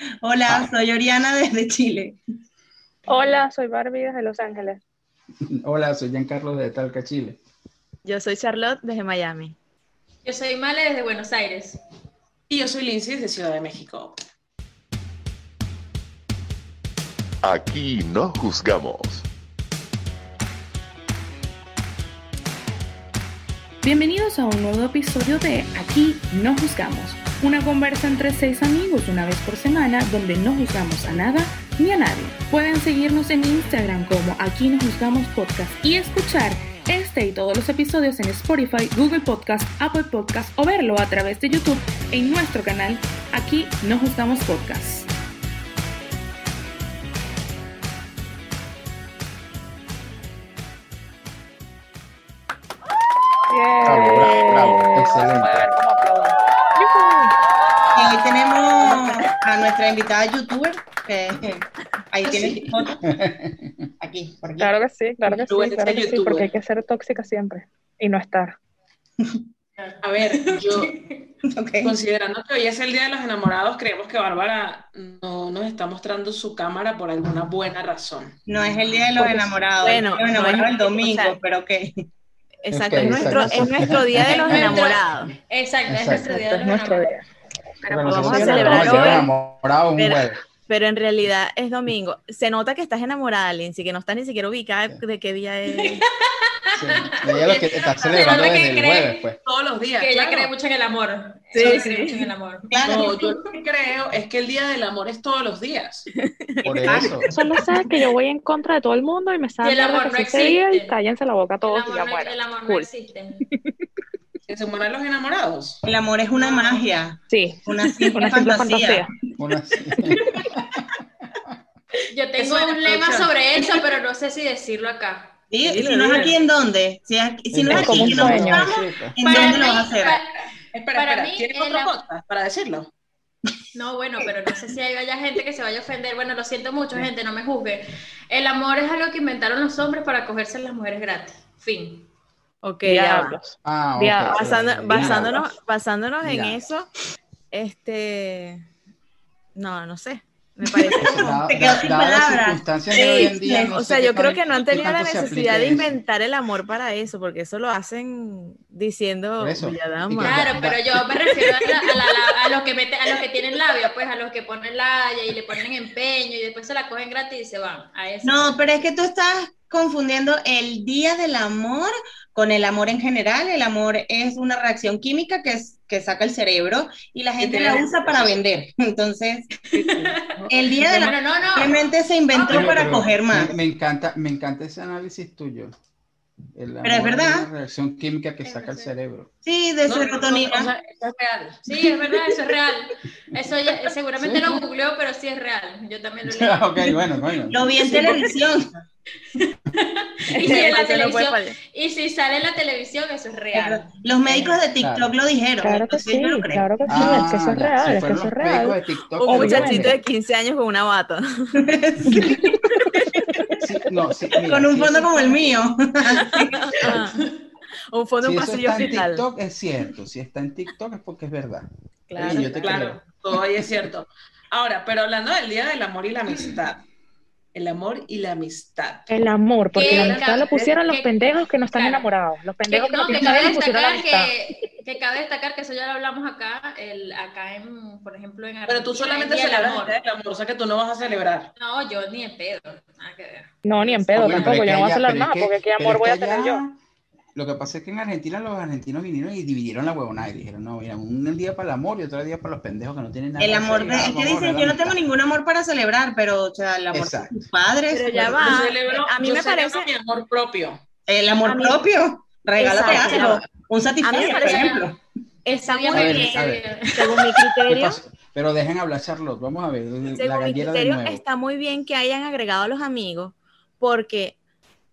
Ah. Hola, soy Oriana desde Chile. Hola, soy Barbie desde Los Ángeles. Hola, soy Giancarlo de Talca, Chile. Yo soy Charlotte desde Miami. Yo soy Male desde Buenos Aires. Y yo soy Lindsay de Ciudad de México. Aquí no juzgamos. Bienvenidos a un nuevo episodio de Aquí no juzgamos, una conversa entre seis amigos una vez por semana donde no juzgamos a nada ni a nadie. Pueden seguirnos en Instagram como Aquí no juzgamos podcast y escuchar este y todos los episodios en Spotify, Google Podcast, Apple Podcast o verlo a través de YouTube en nuestro canal Aquí no juzgamos podcast. Ah, Bravo, bravo, bravo. Excelente. Eh, A ver cómo aplauden. Y hoy tenemos a nuestra invitada youtuber, que eh, ahí tienes tu foto. Aquí, por aquí. Claro que sí, claro que sí, Youtuber, claro que sí, youtuber. porque hay que ser tóxica siempre y no estar. A ver, yo Ok. considerando que hoy es el Día de los Enamorados, creemos que Bárbara no nos está mostrando su cámara por alguna buena razón. No es el día de los enamorados. Bueno, los enamorados no es- el domingo, o sea- pero ok. Exacto, Ok, es, nuestro, exacto. es nuestro día de los Es nuestro- enamorados. Exacto, es Exacto, nuestro día de Este es los nuestro enamorados. día. Pero Bueno, vamos nosotros a sí celebrar estamos hoy, enamorados un Espera. jueves. pero en realidad es domingo. Se nota que estás enamorada, Lindsay, que no estás ni siquiera ubicada de qué día es. Sí. Ella lo que está celebrando Pero no me desde el cree. jueves, pues. Todos los días. Que ella claro. cree mucho en el amor. Sí, sí. Ella cree mucho en el amor. Claro, No, yo lo que creo es que el Día del Amor es todos los días. Por eso. Solo saben que yo voy en contra de todo el mundo y me Y saben el amor de no que ese día y existe. cállense la boca a todos y el ya amor, no, mueren. el amor no Cool. existe. Que se mueran los enamorados. el amor es una magia, Sí, una simple, una simple fantasía. fantasía. Una- Yo tengo Eso es un lema escuchar. sobre eso, pero no sé si decirlo acá. Sí, Dilo, si no es dilo. aquí, ¿en dónde? Si, es aquí- si no es Es como aquí, un que nos sueño. buscamos, ¿en Para dónde lo vas a mí- hacer? pa- Espera, Para espera, mí, ¿tienen el otro am- podcast para decirlo? No, bueno, pero no sé si hay vaya gente que se vaya a ofender. Bueno, lo siento mucho, gente, no me juzguen. El amor es algo que inventaron los hombres para cogerse a las mujeres gratis. Fin. Ok, ya va. Diablos. Ah, ok. Diablo. Basando- Diablo. basándonos, basándonos en Mira. eso, este, no, no sé, me parece Eso, como- pues, da- Te quedó da- sin dadas las palabras. circunstancias de hoy en día, no o sé sea, qué yo creo tan- que no han qué tenido la tanto se necesidad aplique de eso. inventar el amor para eso, porque eso lo hacen diciendo Por eso. "Uy, la Y que- dama. Claro, pero yo me refiero a, la- a la- la- a los que meten, a los que tienen labia, pues, a los que ponen labia y le ponen empeño y después se la cogen gratis y se van. A eso. No, pero es que tú estás confundiendo el día del amor con el amor en general. El amor es una reacción química que, es- que saca el cerebro y la gente la tiene- usa para vender. Entonces, el día del amor Bueno, no, no. simplemente se Ah, inventó Oye, para pero coger más. Me, me encanta, me encanta ese análisis tuyo. El Pero es amor verdad. una reacción química que saca el verdad. cerebro. Sí, de No, no, no, o serotonina. sea, eso es real. Sí, es verdad, eso es real. Eso ya- eh, seguramente lo googleó, pero sí es real. Yo también lo leí. ok, bueno, bueno. Lo vi en televisión. Y si, en Eso no la puede televisión, fallar. y si sale en la televisión, eso es real. Los médicos de TikTok Claro. lo dijeron. Claro que entonces sí, yo lo creo. claro que sí, es que eso es Ah, ya, real, se es que Ah, fueron eso es los real. pericos de TikTok, Un Obviamente. muchachito de 15 años con una bata. Sí, no, sí, mira, Con un sí, fondo sí, como el mío. Ah, un fondo, Si un eso pasillo está en hospital. TikTok es cierto, si está en TikTok es porque es verdad. Claro. Y yo te creo. Claro, todo ahí es cierto. Ahora, pero hablando del Día del Amor y la Amistad. El amor y la amistad. El amor, porque Que la amistad lo cabe- pusieron los que- pendejos que no están claro. enamorados. Los Que, pendejos que no no, que tienen novia cabe le pusieron la destacar amistad. que, que cabe destacar que eso ya lo hablamos acá, el, acá en, por ejemplo, en Pero tú Argentina, solamente el Día del celebras el amor. Día del Amor, o sea que tú no vas a celebrar. No, yo ni en pedo. nada que ver. No, ni en pedo Bueno, tampoco, pero yo no es voy que a allá- hablar pero es nada, que- porque qué pero amor es voy a que tener allá- yo. Lo que pasa es que en Argentina los argentinos vinieron y dividieron la huevonada y dijeron, no, mira, un día para el amor y otro día para los pendejos que no tienen nada. El que amor hacer, de. y Es vamos que a dicen, hablar yo no de tengo amistad". ningún amor para celebrar, pero, o sea, el amor de Exacto. tus padres. Pero ya el- va. Ah, yo celebro, a mí yo me celebro parece- mi amor propio. El amor A mí- propio. Regálate Exacto. algo. Un A mí satisfactorio, me por parece- ejemplo. Está Ese día muy A me ver, bien, a parece ver. bien. según mi ¿Qué criterio. pasó? Pero dejen hablar Charlotte, vamos a ver, la Según mi gallera de criterio, nuevo. está muy bien que hayan agregado a los amigos, porque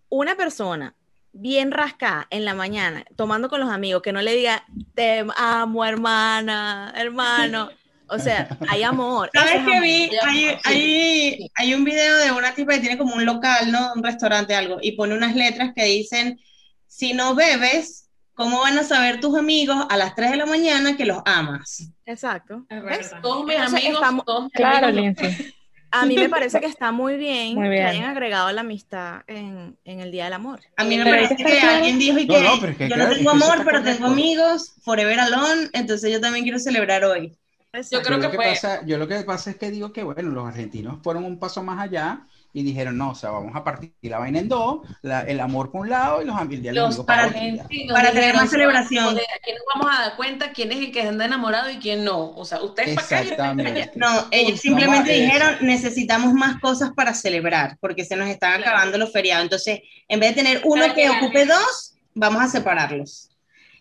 una persona bien rascada en la mañana, tomando con los amigos, que no le diga, te amo, hermana, hermano. O sea, hay amor. eso ¿Sabes es qué amor. vi? Ya, Hay, sí, hay, hay un video de una tipa que tiene como un local, ¿no? Un restaurante, algo, y pone unas letras que dicen, si no bebes, ¿Cómo van a saber tus amigos a las 3 de la mañana que los amas? Exacto. Es ¿Ves? verdad. Todos mis Entonces, amigos, estamos- todos mis Claro, amigos- Lindsay. A mí me parece que está muy bien, Muy bien. que hayan agregado la amistad en, en el Día del Amor. A mí me Pero hay parece que que, estar claro. alguien dijo y No, que no, pero es que yo claro, no es tengo que eso amor, está pero correcto. tengo amigos, forever alone, entonces yo también quiero celebrar hoy. Yo Yo creo lo que que fue- pasa, yo lo que pasa es que digo que, bueno, los argentinos fueron un paso más allá y dijeron, no, o sea, vamos a partir la vaina en dos, la- el amor por un lado y los, am- el día de los Los amigos para otro, y ya. argentinos Para tener dijeron, más celebración. joder, Aquí nos vamos a dar cuenta quién es el que anda enamorado y quién no. O sea, ustedes para acá y ustedes para allá. Exactamente. No, ellos Justo, simplemente vamos a- dijeron, necesitamos más cosas para celebrar, porque se nos están Claro. acabando los feriados. Entonces, en vez de tener uno Para que que ocupe dos, vamos a separarlos.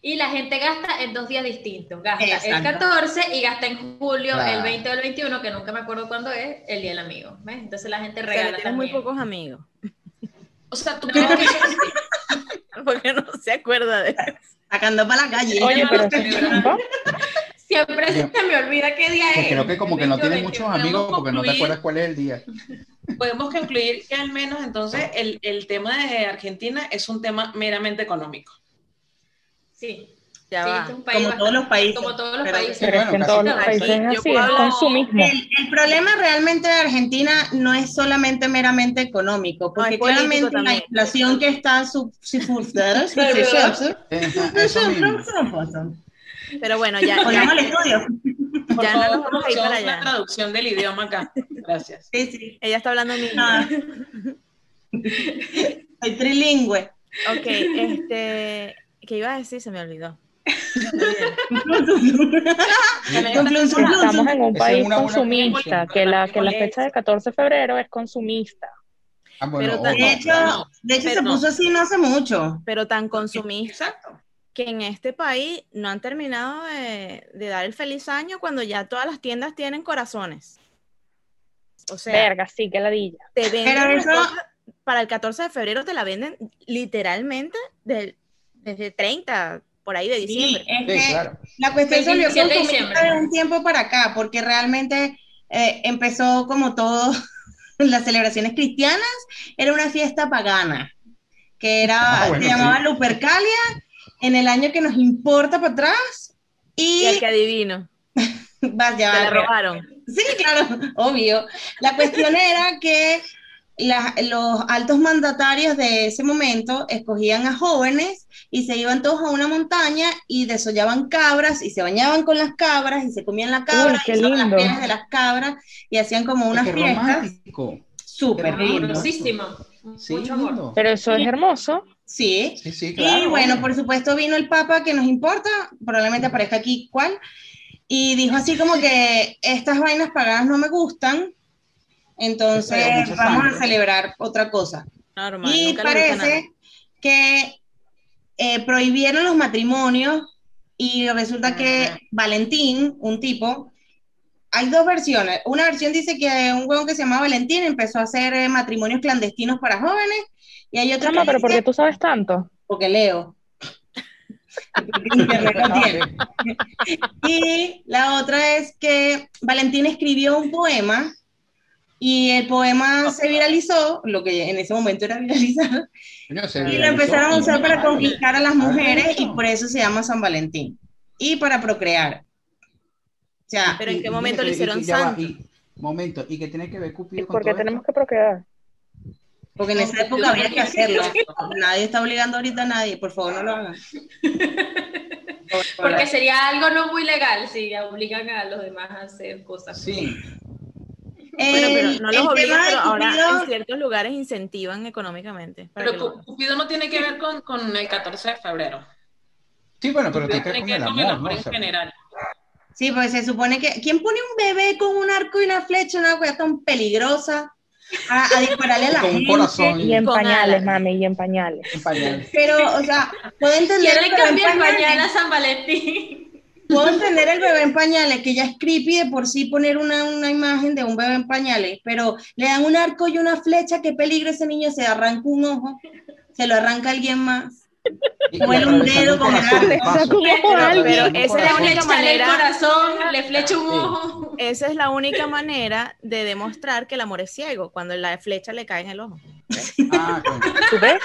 Y la gente gasta en dos días distintos. Gasta el Exacto. 14 y gasta en julio, Claro. el 20 o el 21, que nunca me acuerdo cuándo es, el Día del Amigo. ¿ves? Entonces la gente Pero regala tienes muy también. pocos amigos. O sea, tú No. crees que eso es Porque no se acuerda de Sacando para la calle. Oye, pero eso es celebran. chimbo. Siempre Yo- se me olvida qué día Que es. creo que como que no tienes muchos Podemos amigos porque no te concluir- acuerdas cuál es el día. Podemos concluir que al menos entonces el, el tema de Argentina es un tema meramente económico. Sí, Ya sí, va. este es un país Como bastante- todos los países. como todos los Pero- países. Pero es que en todos los casi- países es yo así, puedo- es consumismo. El, el problema realmente de Argentina no es solamente meramente económico, porque es político claramente la también. inflación que está sub- si- fu- Eso mismo. Pero bueno, ya, Pongamos ya, el estudio. Por ya no favor, nos vamos a ir producción, para una allá. traducción del idioma acá. Gracias. Sí, sí. Ella está hablando en inglés. Ah. Soy trilingüe. Ok, este, ¿qué iba a decir? Se me olvidó. Que Estamos Conclusión, en un Esa es país una buena consumista, conclusión. que la, que la fecha de 14 de febrero es consumista. Ah, bueno, Pero ojo, De hecho, claro. de hecho Pero se no. puso así no hace mucho. Pero tan consumista Exacto. que en este país no han terminado de, de dar el feliz año cuando ya todas las tiendas tienen corazones. O sea, Verga, sí, que ladilla. te venden Pero las eso- cosas- para el 14 de febrero te la venden literalmente del- desde 30, por ahí de diciembre. es Sí, que claro. La cuestión se 27 volvió de consumista diciembre. de un tiempo para acá, porque realmente eh, empezó como todo, las celebraciones cristianas, era una fiesta pagana, que era, Ah, bueno, se llamaba sí. Lupercalia, en el año que nos importa para atrás, Y el y que adivino, vas ya, te la pero- robaron. Sí, claro, obvio. La cuestión era que la- los altos mandatarios de ese momento escogían a jóvenes y se iban todos a una montaña y desollaban cabras y se bañaban con las cabras y se comían la cabra Uy, qué y usaban las lindo. pieles de las cabras y hacían como unas Qué fiestas romántico. súper Qué lindo. lindas. Amorosísimo. Sí, Mucho amor. lindo. Pero eso es hermoso. Sí. Sí, sí, claro. y bueno, por supuesto vino el Papa que nos importa, probablemente aparezca aquí cuál, y dijo así como que estas vainas pagadas no me gustan, entonces Pero mucha vamos a sangre. celebrar otra cosa. Normal, y nunca le gusta nada. parece que eh, prohibieron los matrimonios y resulta que Valentín, un tipo, hay dos versiones. Una versión dice que un huevón que se llama Valentín empezó a hacer eh, matrimonios clandestinos para jóvenes y hay otra Chama, que pero dice- ¿por qué tú sabes tanto? porque leo. Internet no tiene. Y la otra es que Valentín escribió un poema y el poema se viralizó, lo que en ese momento era viralizado, y lo empezaron a usar para conquistar a las mujeres y por eso se llama San Valentín. Y para procrear. O sea, Pero en qué momento lo hicieron santo. Momento, ¿y qué tiene que ver Cupido con Porque todo tenemos que procrear. porque en esa época había que hacerlo. Nadie está obligando ahorita a nadie, por favor no lo hagan. Porque sería algo no muy legal si obligan a los demás a hacer cosas. esto? Sí, Bueno, pero El- no el los obligan, tema de pero ahora Cupido- en ciertos lugares incentivan económicamente. para Pero que lo Cu- hagan. Cupido no tiene que ver con, con el 14 de febrero. sí, bueno, pero tiene que ver Tiene con el amor, ¿no? en O sea, general. Sí, porque se supone que. ¿Quién pone un bebé con un arco y una flecha, una cosa tan peligrosa, a, a dispararle a la Con un gente? corazón Y en Con pañales, alas. mami, y en pañales. y un pañal. Pero, o sea, puedo entender. Quieren bebé en cambiar pañales, mañana a San Valentín. Puedo entender el bebé en pañales, que ya es creepy de por sí poner una, una imagen de un bebé en pañales, pero le dan un arco y una flecha, qué peligro ese niño, se arranca un ojo, se lo arranca alguien más. Y- y Huele un atravesando dedo con corazón, el un arco. paso. Como Pero- alguien. pero Como esa es la corazón. única Échale el manera corazón, le flecha un Sí. ojo. Esa es la única manera de demostrar que el amor es ciego, cuando la flecha le cae en el ojo. Ah, coño. ¿Tú ves?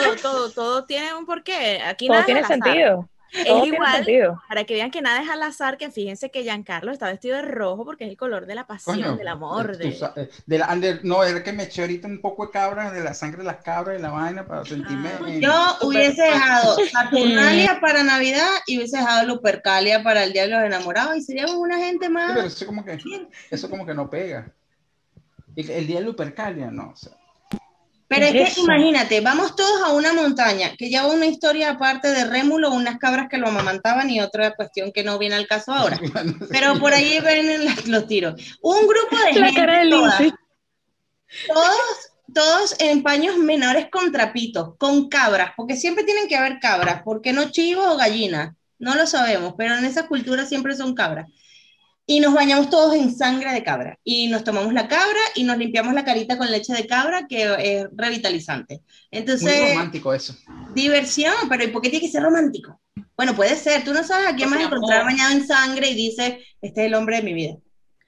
Todo, todo, todo tiene un porqué. Aquí Todo nada tiene es al azar. sentido. Es Todo tiene igual, sentido. para que vean que nada es al azar, que fíjense que Giancarlo está vestido de rojo porque es el color de la pasión, Coño, del amor. tú De... sa- eh, de la- de- no, era que me eché ahorita un poco de cabra, de la sangre de las cabras, de la vaina, para sentirme. Ah, en- Yo hubiese dejado Saturnalia para Navidad y hubiese dejado Lupercalia para el Día de los Enamorados y seríamos una gente Sí, más. pero eso como que, eso como que no pega. Y que El día de Lupercalia, no. o sea, Pero es que Eso. imagínate, vamos todos a una montaña que lleva una historia aparte de Rémulo, unas cabras que lo amamantaban y otra cuestión que no viene al caso ahora. Pero por ahí ven las- los tiros. Un grupo de La gente, cara de todas, Lindsay. todos, todos en paños menores con trapitos, con cabras, porque siempre tienen que haber cabras, porque no chivos o gallinas, no lo sabemos, pero en esa cultura siempre son cabras. Y nos bañamos todos en sangre de cabra. Y nos tomamos la cabra y nos limpiamos la carita con leche de cabra, que es revitalizante. Muy Entonces, romántico eso. diversión, pero ¿y por qué tiene que ser romántico? Bueno, puede ser, tú no sabes a quién vas a Porque encontrar amor. bañado en sangre y dices, este es el hombre de mi vida.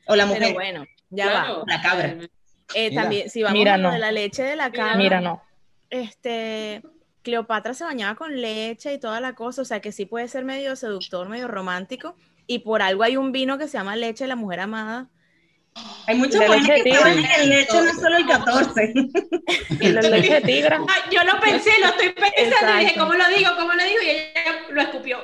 O la Pero mujer. bueno, ya va. Claro. la cabra. Eh, Eh, Mira. también, si vamos Mira, a lo no. de la leche de la cabra, Mira, no. este, Cleopatra se bañaba con leche y toda la cosa, o sea que sí puede ser medio seductor, medio romántico, y por algo hay un vino que se llama leche de la mujer amada. Hay muchos La jóvenes leche que de saben tigre. que el leche no es solo el 14. Y la leche de tigra. Ah, yo lo pensé, lo estoy pensando y dije, Exacto. ¿cómo lo digo? ¿Cómo lo digo? Y ella lo escupió.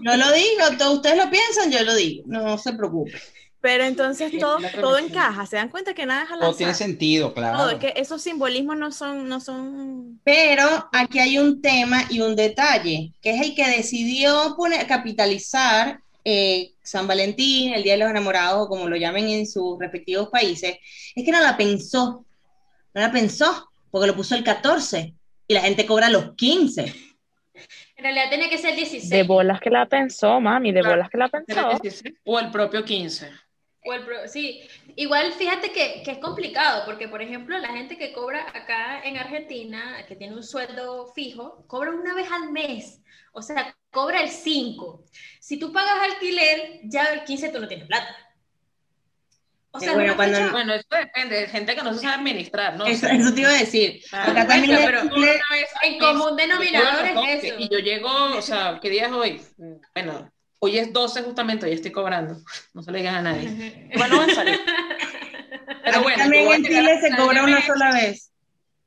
No lo digo, todos ustedes lo piensan, yo lo digo. No se preocupen. Pero entonces Sí, todo, la todo conexión. encaja, se dan cuenta que nada es al Todo tiene azar. sentido, claro. Todo, es que esos simbolismos no son, no son Pero aquí hay un tema y un detalle, que es el que decidió poner, capitalizar eh, San Valentín, el Día de los Enamorados, como lo llamen en sus respectivos países, es que no la pensó. No la pensó, porque lo puso el 14 y la gente cobra los 15. En realidad tenía que ser 16 De bolas que la pensó, mami, de Claro. bolas que la ¿será pensó. que sí, sí? O el propio 15. O el pro- sí, igual fíjate que, que es complicado, porque por ejemplo la gente que cobra acá en Argentina, que tiene un sueldo fijo, cobra una vez al mes, o sea, cobra el 5. Si tú pagas alquiler, ya el 15 tú no tienes plata. O Qué sea, es bueno una cuando fecha- Bueno, eso depende de gente que no se sabe administrar, ¿no? Eso, O sea, eso te iba a decir. ah, Acá también cuenta, es pero simple- una vez al en mes, común yo denominador cobro es 12, eso. Y yo llego, o sea, ¿qué día es hoy? Bueno, hoy es 12 justamente, hoy estoy cobrando. No se le digas a nadie. Bueno, van a salir. Pero Aquí bueno, yo también voy a en llegar Chile al se final cobra de una mes, sola vez.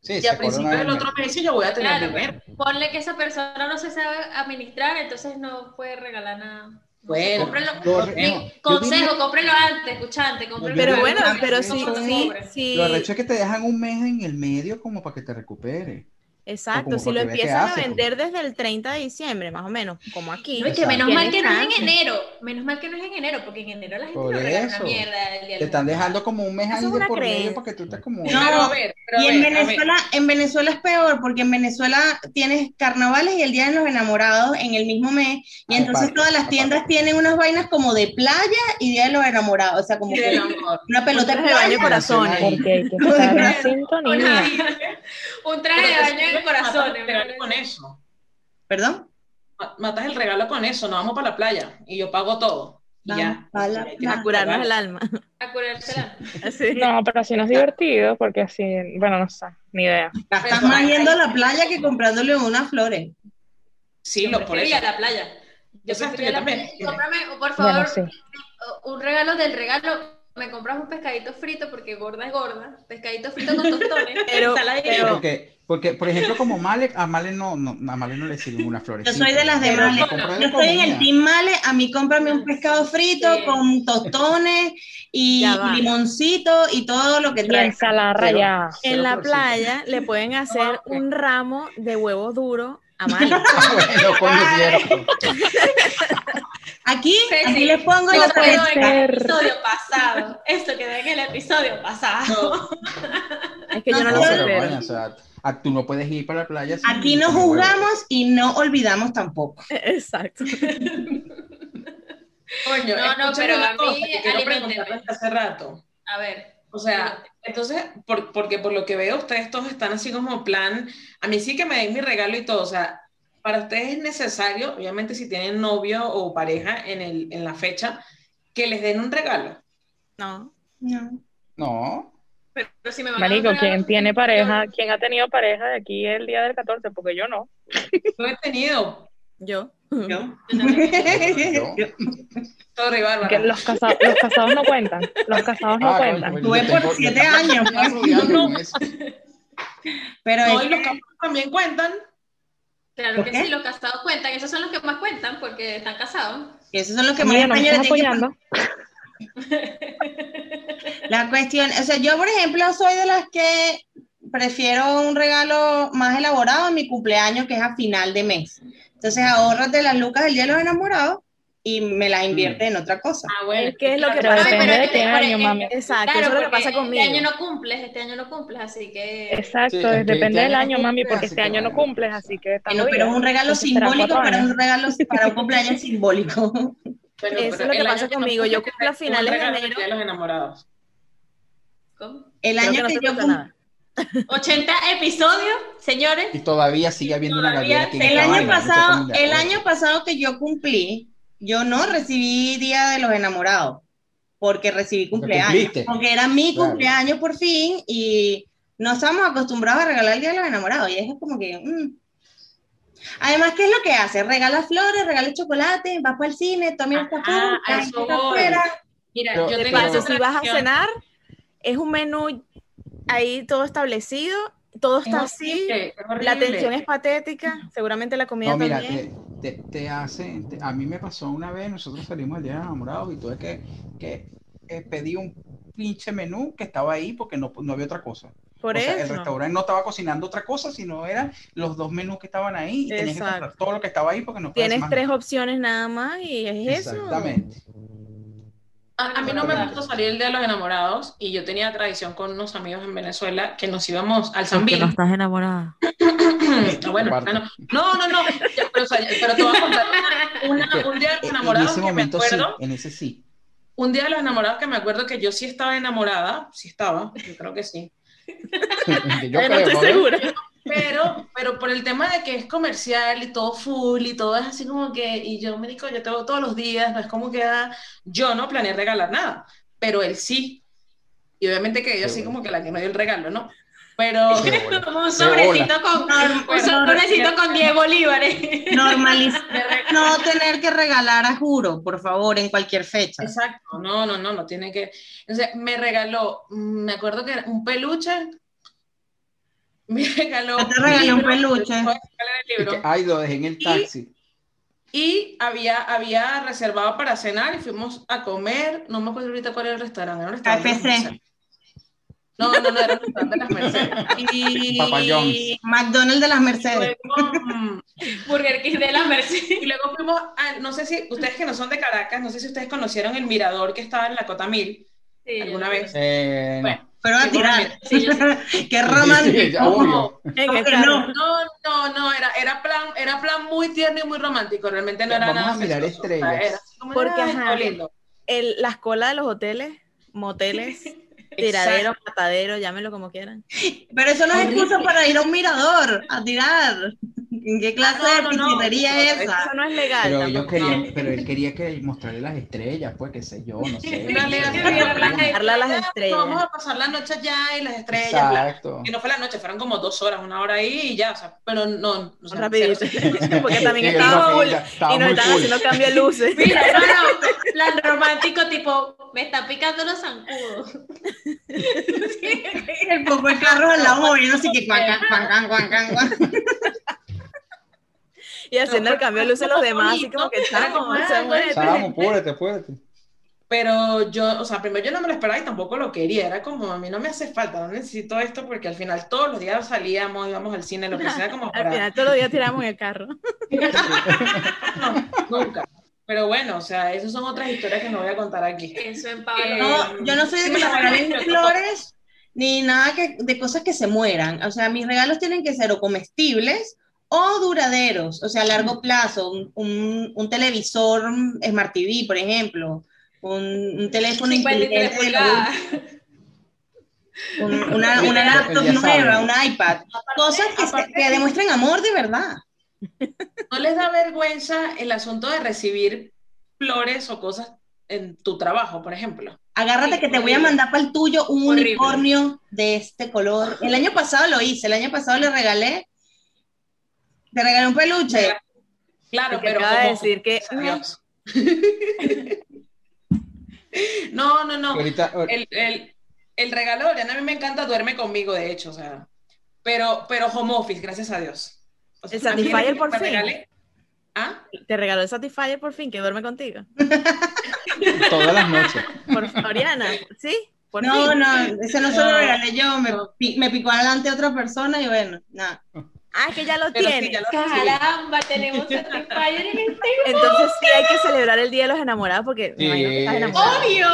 Sí, Y a se corona principio del de- otro mes yo voy a tener Claro, dinero. Ponle que esa persona no se sabe administrar, entonces no puede regalar nada. Bueno, Cómprenlo- lo- mi no, yo consejo, diría- cómprenlo antes, escuchante, cómprenlo Yo Pero creo antes, bueno, porque pero no sí, son sí, pobres. sí. Lo arrecho es que te dejan un mes en el medio como para que te recupere. Exacto, como si para lo que pues. vea qué empiezan a hace, vender desde el 30 de diciembre, más o menos, como aquí. No, y que menos Tienen mal que no es chance. en enero, menos mal que no es en enero, porque en enero la gente Por no regala una eso. mierda el día Te están dejando como un mes Eso es ahí de una por medio creencia. para que tú te como... No, Pero a ver, pero a Y en ver, a ver. Venezuela, en Venezuela es peor, porque en Venezuela tienes carnavales y el Día de los Enamorados en el mismo mes, y Aparte, entonces todas las aparte. tiendas tienen unas vainas como de playa y Día de los Enamorados, o sea, como Y del que amor. una pelota de Traje de baño pues, playa. y corazones. Porque hay que estar en sintonía. Un Pero traje de te baño en sirve el matar corazón. el regalo con eso. ¿Perdón? Ma- Matas el regalo con eso, nos vamos para la playa y yo pago todo. Y Vamos ya. pa' Ah, la Hay que playa. A curarnos el pagar. alma. A curársela. Así. No, pero así no es divertido, porque así, bueno, no sé, ni idea. Estás Eso. más yendo a la playa que comprándole unas flores. Sí, lo por Prefiero ir eso. a la playa. Yo Exacto, prefiero ir a la yo también. playa. Y Cómprame, por Bueno, favor, sí. un regalo del regalo. Me compras un pescadito frito porque gorda es gorda. Pescadito frito con tostones. Pero- ensaladita. pero- Porque, porque, por ejemplo, como Male, a Male no, no, a Male no le sirven una florecita. Yo soy de las de Pues Pero Male. le compras Yo de estoy en el comida. Team Male, a mí cómprame un pescado frito Sí. con tostones y Ya va. limoncito y todo lo que Y trae. ensalada rayada. Cero en la florcita. playa le pueden hacer un ramo de huevo duro a mano. Ah, bueno, coño, cierto. Aquí, Sí, aquí sí. les pongo Esto la puede quedó en el ser. episodio pasado. Esto quedó en el episodio pasado. No, Es que yo no No, lo No, pero supero. bueno, o sea, a- tú no puedes ir para la playa. sin- Aquí no sin huevo. juzgamos y no olvidamos tampoco. Exacto. coño, No, no, escúchame pero una a mí, cosa que quiero aliménteme. preguntarles desde hace rato. A ver. O sea, entonces, por- porque por lo que veo, ustedes todos están así como plan, a mí sí que me den mi regalo y todo, o sea, para ustedes es necesario, obviamente si tienen novio o pareja en, el, en la fecha, que les den un regalo. No. No. No. Pero Pero si me van a dar un Marico, regalo- ¿quién tiene pareja? ¿Quién ha tenido pareja de aquí el día del 14? Porque yo no. No he tenido. Yo. Yo. Yo también. Yo- Sorry, Que Bárbara. los, casa- los casados no cuentan. Los casados no Ah, coño, cuentan. coño, Tuve yo por tengo- yo siete tengo años, un pedazo pues. de algo con eso. Pero No, es y los casados también cuentan. Claro ¿Por que qué? sí, los casados cuentan, esos son los que más cuentan porque están casados. que esos son los que más Mira, no me extraño estás le tienen que apoyando. Ah, La cuestión, o sea, yo por ejemplo soy de las que prefiero un regalo más elaborado en mi cumpleaños, que es a final de mes. Entonces ahorrate las lucas del día de los enamorados y me las Mm. invierte en otra cosa. Ah, bueno. ¿Qué es lo que Pero pasa? Ay, pero depende de es que qué por año, ejemplo, mami. Exacto, eso Claro, es lo que porque pasa este conmigo. año no cumples, este año no cumples, así que... Exacto, Sí, es que depende este del año año, no mami, cumple, porque así este que año no bueno. cumples, así que está Bueno, pero es un regalo Entonces, serán simbólico cuatro para años. un regalo para un cumpleaños simbólico. Pero- Eso es pero lo que el año pasa no conmigo, yo cumple, cumplo a tú finales de regalas el enero. Día de los enamorados. ¿cómo? El Creo año que no que, se yo nota cum- nada. 80 episodios, señores. Y todavía sigue habiendo una gallera Todavía aquí en se- el esta año vaina, no sé pasado, cómo le el hago. año pasado que yo cumplí, yo no recibí día de los enamorados, porque recibí Porque cumpleaños, cumpliste. porque era mi Claro. cumpleaños por fin y no estamos acostumbrados a regalar el día de los enamorados y es como que mm. Además, ¿qué es lo que hace? Regala flores, regala chocolate, vas para el cine, tú miras Ajá, afuera, Ah, a eso está voy. afuera. Mira, Pero- eh, yo De tengo pero- paso, otra si vas a opción. cenar, es un menú ahí todo establecido, todo está Es así, horrible, es la horrible. atención es patética, seguramente la comida No, mira, eh, también. te, te, te hacen, te- a mí me pasó una vez, nosotros salimos el día de los enamorados y tuve que, que eh, pedí un pinche menú que estaba ahí porque no, no había otra cosa. Por O sea, el eso. restaurante no estaba cocinando otra cosa, sino eran los dos menús que estaban ahí y tenías que comprar Exacto. todo lo que estaba ahí porque no podías Tienes más tres nada. opciones nada más y es eso. Exactamente. A, a mí no me Exactamente. gustó salir el Día de los enamorados y yo tenía tradición con unos amigos en Venezuela que nos íbamos al Porque Zambil. estás enamorada. No, bueno, Aparte. ah, no. no, no, no. Ya, pero, o sea, pero te voy a contar una- una- un día de Eh, los en enamorados ese que me momento sí, acuerdo. en ese sí. Un día de los enamorados que me acuerdo que yo sí estaba enamorada, sí estaba, yo creo que sí. Eh, Yo creo, ¿no? Pero, pero por el tema de que es comercial y todo full y todo es así como que, y yo me digo, yo te veo todos los días, no es como que ah, yo no planeé regalar nada, pero él sí. Y obviamente que yo así como que la que me dio el regalo, ¿no? Pero Qué bola. Como un sobrecito con, un sobrecito con 10 bolívares. Normaliz- no tener que regalar a juro, por favor, en cualquier fecha. Exacto, no, no, no, no tiene que. Entonces, me regaló, mm, me acuerdo que era un peluche. Me regaló. Yo te regalé un libro, peluche. yo te voy a regalar el Y que, libro. Ay, lo dejé en el taxi. Y había, había reservado para cenar y fuimos a comer. No me acuerdo ahorita cuál era el restaurante. Era un restaurante de las KFC. Mercedes. No, no, no, era un restaurante de las Mercedes. Y. Papa John's. McDonald's de las Mercedes. Luego, mm, Burger King de la Merced. y luego fuimos a, no sé si ustedes que no son de Caracas, no sé si ustedes conocieron el mirador que estaba en la Cota Mil Sí, alguna yo- vez. Eh, no. Fueron a tirar. Qué romántico. Sí, ya, No, obvio. pero no. No, no, no, era, era, plan, era plan muy tierno y muy romántico, realmente no era Vamos nada. a mirar sexoso, o sea, estrellas. era así como, Porque, ay, ajá. qué lindo. El- la escuela de los hoteles, moteles, tiraderos, mataderos, llámenlo como quieran. Pero eso no es excusa para ir a un mirador a tirar. ¿En qué clase Ah, de no, no, no. piscinería es Eso esa? no es legal. Pero tampoco. ellos querían, pero él quería que mostrarle las estrellas, pues, qué sé yo, no sé. Mírale, no sé. así, mira, las Darle a las estrellas, estrellas. Vamos a pasar la noche allá y las estrellas. bla. pues. Exacto. Que no fue la noche, fueron como dos horas, una hora ahí y ya, o sea, pero no. o sea, Rapidito. cero, cero, cero. Porque también Sí, estaba no, full ya, estaba y nos muy estaban full. haciendo cambio de luces. Mira, hermano, plan romántico tipo, me está picando los zancudos. El poco de carro al lado moviéndose que guan, guan, guan, guan, guan, guan. Y haciendo el cambio de luces los demás, así como que Era chamo, como, ah, se bueno, muere. Estábamos, púrete, púrete. Pero yo, o sea, primero yo no me lo esperaba y tampoco lo quería. Era como, a mí no me hace falta, no necesito esto porque al final todos los días salíamos, íbamos al cine, lo que sea, como Al para. final todos los días tiramos en el carro. No, nunca. Pero bueno, o sea, esas son otras historias que no voy a contar aquí. Eh, Eso en Pablo. No, yo no soy de que me regalen flores ni nada que, de cosas que se mueran. O sea, mis regalos tienen que ser o comestibles o duraderos, o sea, a largo plazo. Un, un- un televisor un Smart TV, por ejemplo. Un, un teléfono 53 inteligente. pulgadas. un- una, Él una ya laptop sabe. nueva, un iPad. Cosas que, se- aparte- que demuestren amor de verdad. ¿No les da vergüenza el asunto de recibir flores o cosas en tu trabajo, por ejemplo? Agárrate Sí, que te voy a horrible. mandar para el tuyo un Horrible. unicornio de este color. El año pasado lo hice, el año pasado le regalé. Te regalé un peluche. Claro, Porque pero acaba de como- decir que- Adiós. no, no, no. Ahorita, eh, ahor- El, el, el regalo de Oriana a mí me encanta, duerme conmigo, de hecho, o sea. Pero, pero home office, gracias a Dios. El O ¿a quién es Satisfyer que por me fin. regalé? ¿Ah? Te regaló el Satisfyer por fin, que duerme contigo. todas las noches. Por Oriana, ¿sí? Por No, fin. no, ese no se lo No. regalé yo, me, pi- me picó adelante otra persona y bueno, nada. Ah, es que ya lo Pero sí, tiene. ya lo recibí. Caramba, tenemos Satisfyer en este Entonces sí hay que celebrar el Día de los Enamorados porque me imagino que estás Sí. enamorada. ¡Obvio!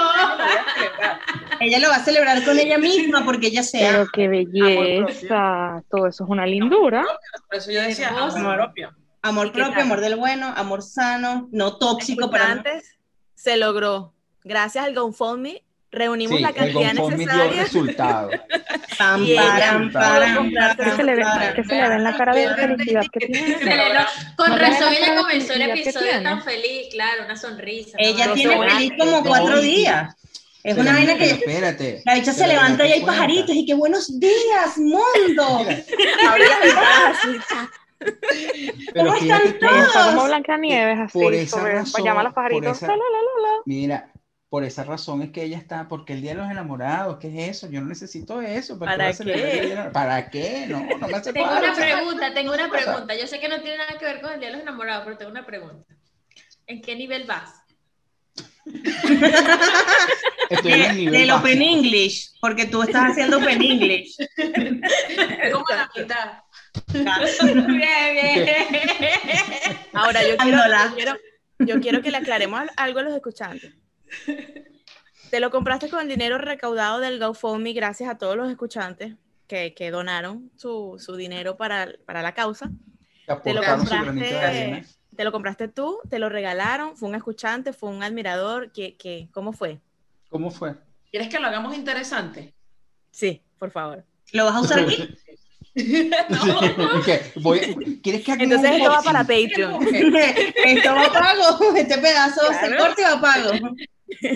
Ella lo va a celebrar con ella misma porque ella se ama. Pero qué belleza, todo eso es una lindura. Por eso yo decía, Hermoso. amor propio. Amor ¿Y qué propio, tal? amor del bueno, amor sano, no tóxico Escucha, para antes se logró. Gracias al GoFundMe reunimos Sí, la el cantidad GoFundMe dio necesaria. resultado. Pam, Y ella param, pudo param, comprarse param, Que se le ve, param. que se le ve en la cara de felicidad que Se le tiene. nota. Con No te razón ves ella la comenzó el felicidad que episodio tiene. tan feliz, claro, una sonrisa. Ella ¿no? tiene Pero- feliz como no, cuatro no. días. Es Pero una vaina mira, que Espérate. la bicha se pero levanta y date hay cuenta. pajaritos y qué buenos días, mundo. Mira, Abre las ventanas, así, cha. pero ¿Cómo están fíjate tú, todos? Está como Blanca Nieves, así, Por esa sobre, razón, llama a los por pajaritos. esa- la, la, la, la, la. Mira, por esa razón es que ella está, porque el Día de los Enamorados, ¿qué es eso? Yo no necesito eso. ¿para qué ¿Para voy a celebrar qué? el Día de los- ¿Para qué? No, no me hace Tengo falta. una pregunta, tengo una pasa? pregunta. Yo sé que no tiene nada que ver con el Día de los Enamorados, pero tengo una pregunta. ¿En qué nivel vas? Estoy en el De- nivel Del básico. Open English, porque tú estás haciendo Open English. Como la mitad. Bien, bien. Ahora yo quiero, Andola. yo, quiero, yo quiero que le aclaremos al- algo a los escuchantes. Te lo compraste con el dinero recaudado del GoFundMe gracias a todos los escuchantes que, que donaron su, su dinero para, para la causa. Te lo aportaron su granito de compraste. arena. Te lo compraste tú, te lo regalaron, fue un escuchante, fue un admirador, que, que, ¿cómo fue? ¿Cómo fue? ¿Quieres que lo hagamos interesante? Sí, por favor. ¿Lo vas a usar aquí? No. ¿Qué? Voy- ¿Quieres que haga un Entonces esto va para unboxing? Patreon. Esto va pago, este pedazo se Claro. corta y va pago.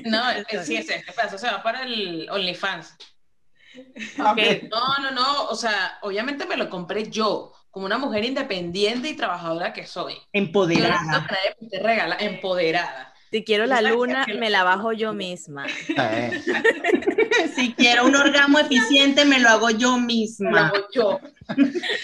No, el- sí, ese, este pedazo se va para el OnlyFans. Ah, Ok. No, no, no, o sea, obviamente me lo compré yo, como una mujer independiente y trabajadora que soy. Yo no Empoderada. necesito que nadie me esté regala, empoderada. Si quiero la Exacto, luna, que lo- me la bajo yo misma. está bien. Si quiero un orgasmo eficiente, me lo hago yo Lo misma. hago yo.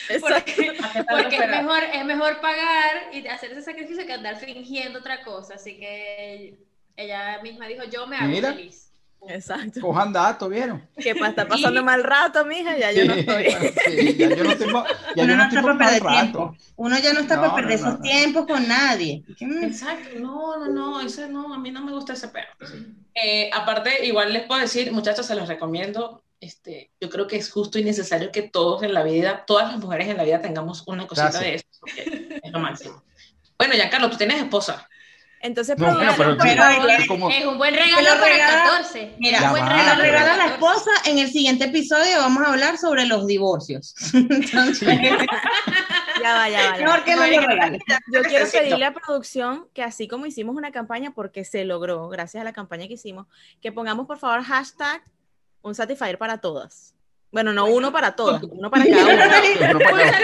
Exacto. Acá está la Porque es espera. mejor, es mejor pagar y hacer ese sacrificio que andar fingiendo otra cosa. Así que ella misma dijo, yo me hago Mira. feliz. Exacto. Cojan datos, ¿vieron? Que para estar pasando mal rato, mija, ya yo no estoy. Sí, ya yo no estoy pa- ya Uno yo no no estoy está para por perder mal tiempo. rato. Uno ya no está No, para perder no, no, esos no. tiempos con nadie. Exacto, no, no, no, ese no, a mí no me gusta ese perro. Eh, aparte, igual les puedo decir, muchachos, se los recomiendo. Este, yo creo que es justo y necesario que todos en la vida, todas las mujeres en la vida tengamos una cosita Gracias. de eso, porque es lo máximo. Bueno, Giancarlo, tú tienes esposa. Entonces, No, bueno, pero, producción, Pero mira, es que- como- Es un buen Te lo regalo para el regala- 14. Mira, Ya un buen va, regalo Lo pero- para el regala la 14. esposa en el siguiente episodio. Vamos a hablar sobre los divorcios. Entonces, ya va, ya va. ya va. mejor que no lo regales. Yo quiero Necesito. pedirle a producción que así como hicimos una campaña, porque se logró, gracias a la campaña que hicimos, que pongamos por favor hashtag un Satisfyer para todas. Bueno, no uno para todas, uno para cada una. Pero para-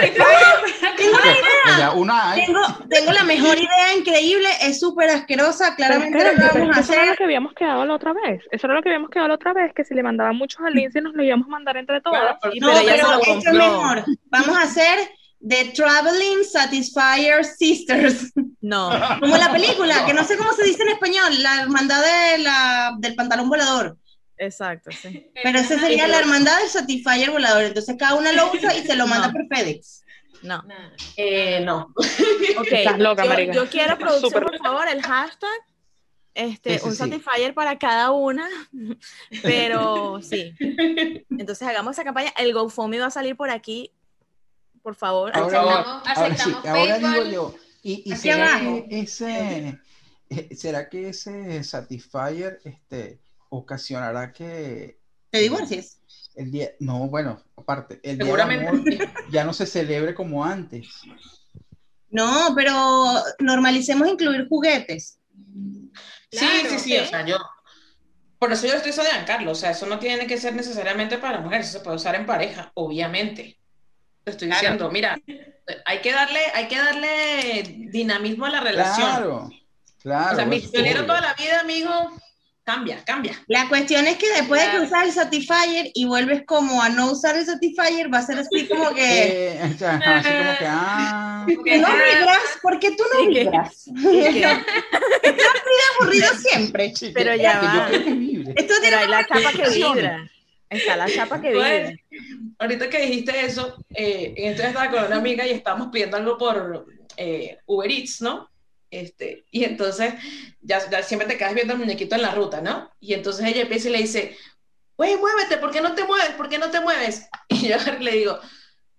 Tengo una idea, ya una hay. tengo- Tengo la mejor idea increíble, es súper asquerosa, claramente Pero no espérate, pero la vamos a Eso era lo hacer. que habíamos quedado la otra vez. Eso era lo que habíamos quedado la otra vez, que si le mandaban muchos al Lindsay nos lo íbamos a mandar entre todas. Sí, No, pero ella se pero lo esto es compró. mejor. Vamos a hacer The Traveling Satisfier Sisters. No, Como la película, que no sé cómo se dice en español, la hermandad de la, del pantalón volador. exacto, sí. Pero esa sería la hermandad del Satisfyer volador. Entonces cada una lo usa y se lo manda No. por FedEx. No. Nah. Eh, no. Ok, Estás loca, yo, marica. yo quiero producción, Súper por favor, el hashtag, este, Sí, sí, un sí. Satisfyer para cada una, pero sí. Entonces hagamos esa campaña. El GoFundMe va a salir por aquí, por favor. Ahora- Aceptamos, Ahora sí, aceptamos ahora digo PayPal. yo. ¿Y, y Aquí será, abajo. que ese, eh, será que ese Satisfyer este, ocasionará que ¿Te divorcies? el día. No, bueno, aparte, el día del amor Seguramente. ya no se celebre como antes. No, pero normalicemos incluir juguetes. Sí, sí, sí, o sea, yo. Por eso yo estoy soñando, Carlos. O sea, eso no tiene que ser necesariamente para mujeres, eso se puede usar en pareja, obviamente. Te estoy diciendo, mira, hay que darle, hay que darle dinamismo a la relación. Claro, claro. o sea, eso es misionero obvio. toda la vida, amigo, cambia, cambia. La cuestión es que después de que Claro. usas el Satisfyer y vuelves como a no usar el Satisfyer, va a ser así como que... Eh, o sea, así como que, ah, ¿Por qué no vibras? ¿Por qué tú no Sí, que- vibras? Y que- aburrido siempre. sí, Pero que- ya que yo va. quiero que vibre. Esto Pero tiene hay la chapa que Acciones. vibra. Está la chapa que Bueno. vibra. Pues, Ahorita que dijiste eso, eh, entonces estaba con una amiga y estábamos pidiendo algo por eh, Uber Eats, ¿no? Este, y entonces ya, ya siempre te quedas viendo el muñequito en la ruta, ¿no? Y entonces ella empieza y le dice, güey, muévete, ¿por qué no te mueves? ¿Por qué no te mueves? Y yo le digo,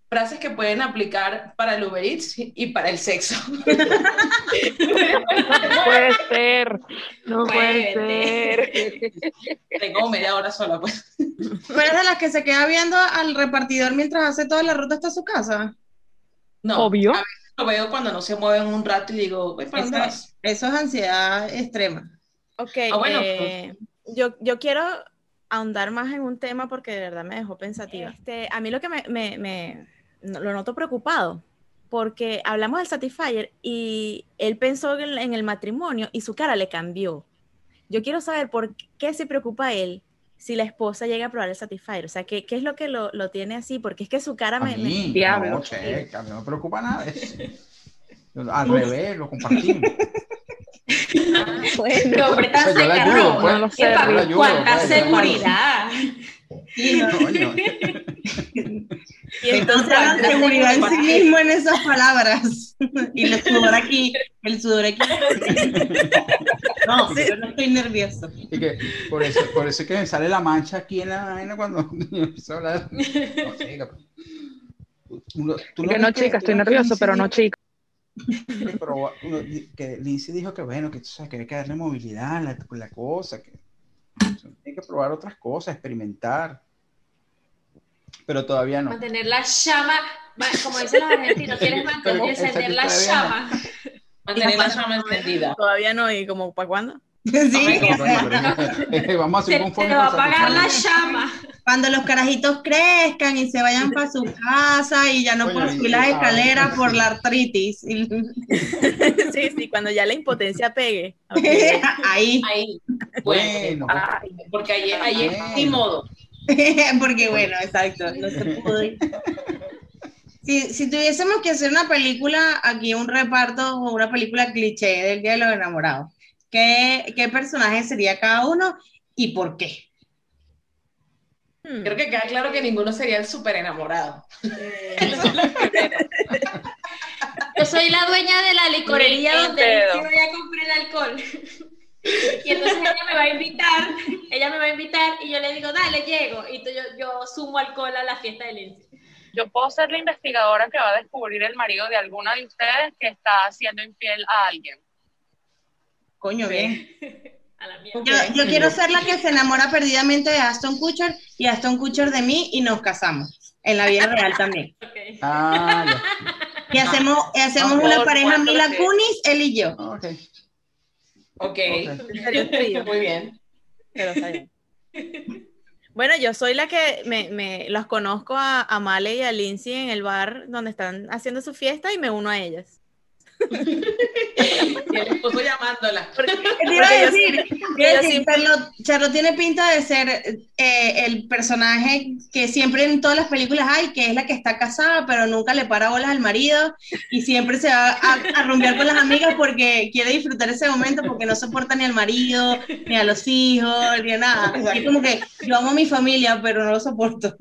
frases que pueden aplicar para el Uber Eats y para el sexo. No puede ser. No Puede. puede ser. Tengo media hora sola, pues. ¿Tú eres de las que se queda viendo al repartidor mientras hace toda la ruta hasta su casa? No, Obvio. a veces lo veo cuando no se mueven un rato y digo, güey, ¿para dónde Esa- vas?". Eso es ansiedad extrema. Ok, Ah, bueno, eh, yo, yo quiero ahondar más en un tema porque de verdad me dejó pensativa. Este, a mí lo que me, me- me- no- lo noto preocupado, porque hablamos del Satisfyer y él pensó en, en el matrimonio y su cara le cambió. Yo quiero saber por qué se preocupa él si la esposa llega a probar el Satisfyer. O sea, ¿qué, qué es lo que lo, lo tiene así? Porque es que su cara A me... me- mí, Diablo. no, checa, no me preocupa nada. eso. Al revés, lo compartimos. Qué hombre tan Pues Yo la sacarrón, ayudo, pues. No lo sé, Epa, Rick. la ayudo, cuánta pues, yo la ayudo. seguridad. Coño. Y entonces, Encontrar la seguridad en sí mismo en esas palabras. Y el sudor aquí, el sudor aquí. No, yo no estoy nervioso. Y que por eso, por eso es que me sale la mancha aquí en la vaina cuando empiezo a hablar. No, chica, pues. Uno- tú Y que no, ves que- chica, tú estoy ves que nervioso, Lindsay pero no, dijo- chica. pero uno- que Lindsay dijo que bueno, que, tú sabes, que hay que darle movilidad a la, la cosa, que hay que probar otras cosas, experimentar. Pero todavía no. Mantener la llama, ma- como dicen los argentinos, quieres mantener, Pero encender la esa que llama. Mantener la llama encendida. Todavía no, y como, ¿para cuándo? Sí, Pero o sea, bueno, pero- vamos a Se hacer un te conforme va a con apagar la satisfacción. llama. cuando los carajitos crezcan y se vayan para su casa y ya no Oye, puedan subir y- las ah, escaleras sí. por la artritis. Y- sí, sí, cuando ya la impotencia pegue. Ok. Ahí, Ahí. Bueno, pues, Ay, porque ahí, ahí es mi Bueno. modo. porque bueno, exacto, no se pudo. ir. Si, si tuviésemos que hacer una película, aquí un reparto o una película cliché del Día de los Enamorados, ¿qué, qué personaje sería cada uno y por qué? Hmm. Creo que queda claro que ninguno sería el súper enamorado. Yo soy la dueña de la licorería Ni donde pedo. yo ya compré el alcohol. Y entonces ella me va a invitar, ella me va a invitar y yo le digo, dale, llego. Y tú- yo, yo sumo alcohol a la fiesta de Lindsay. Yo puedo ser la investigadora que va a descubrir el marido de alguna de ustedes que está siendo infiel a alguien. Coño, bien. A la mierda. Yo, yo quiero ser la que se enamora perdidamente de Aston Kutcher y Aston Kutcher de mí y nos casamos en la vida real también. Ok. ah, ya. Y hacemos, y hacemos Por una pareja cuatro Mila veces. Kunis, él y yo. Ok. Ok. Ok. Sería un trío. Muy bien. Pero está bien. Bueno, yo soy la que me, me- los conozco a, a Male y a Lindsay en el bar donde están haciendo su fiesta y me uno a ellas. Y el esposo llamándola. Te iba a Porque yo decir, yo iba a decir, siempre- Charlo, Charlo tiene pinta de ser eh, el personaje que siempre en todas las películas hay, que es la que está casada, pero nunca le para bolas al marido y siempre se va a, a rumbear con las amigas porque quiere disfrutar ese momento porque no soporta ni al marido, ni a los hijos, ni a nada. Es como que yo amo a mi familia, pero no lo soporto.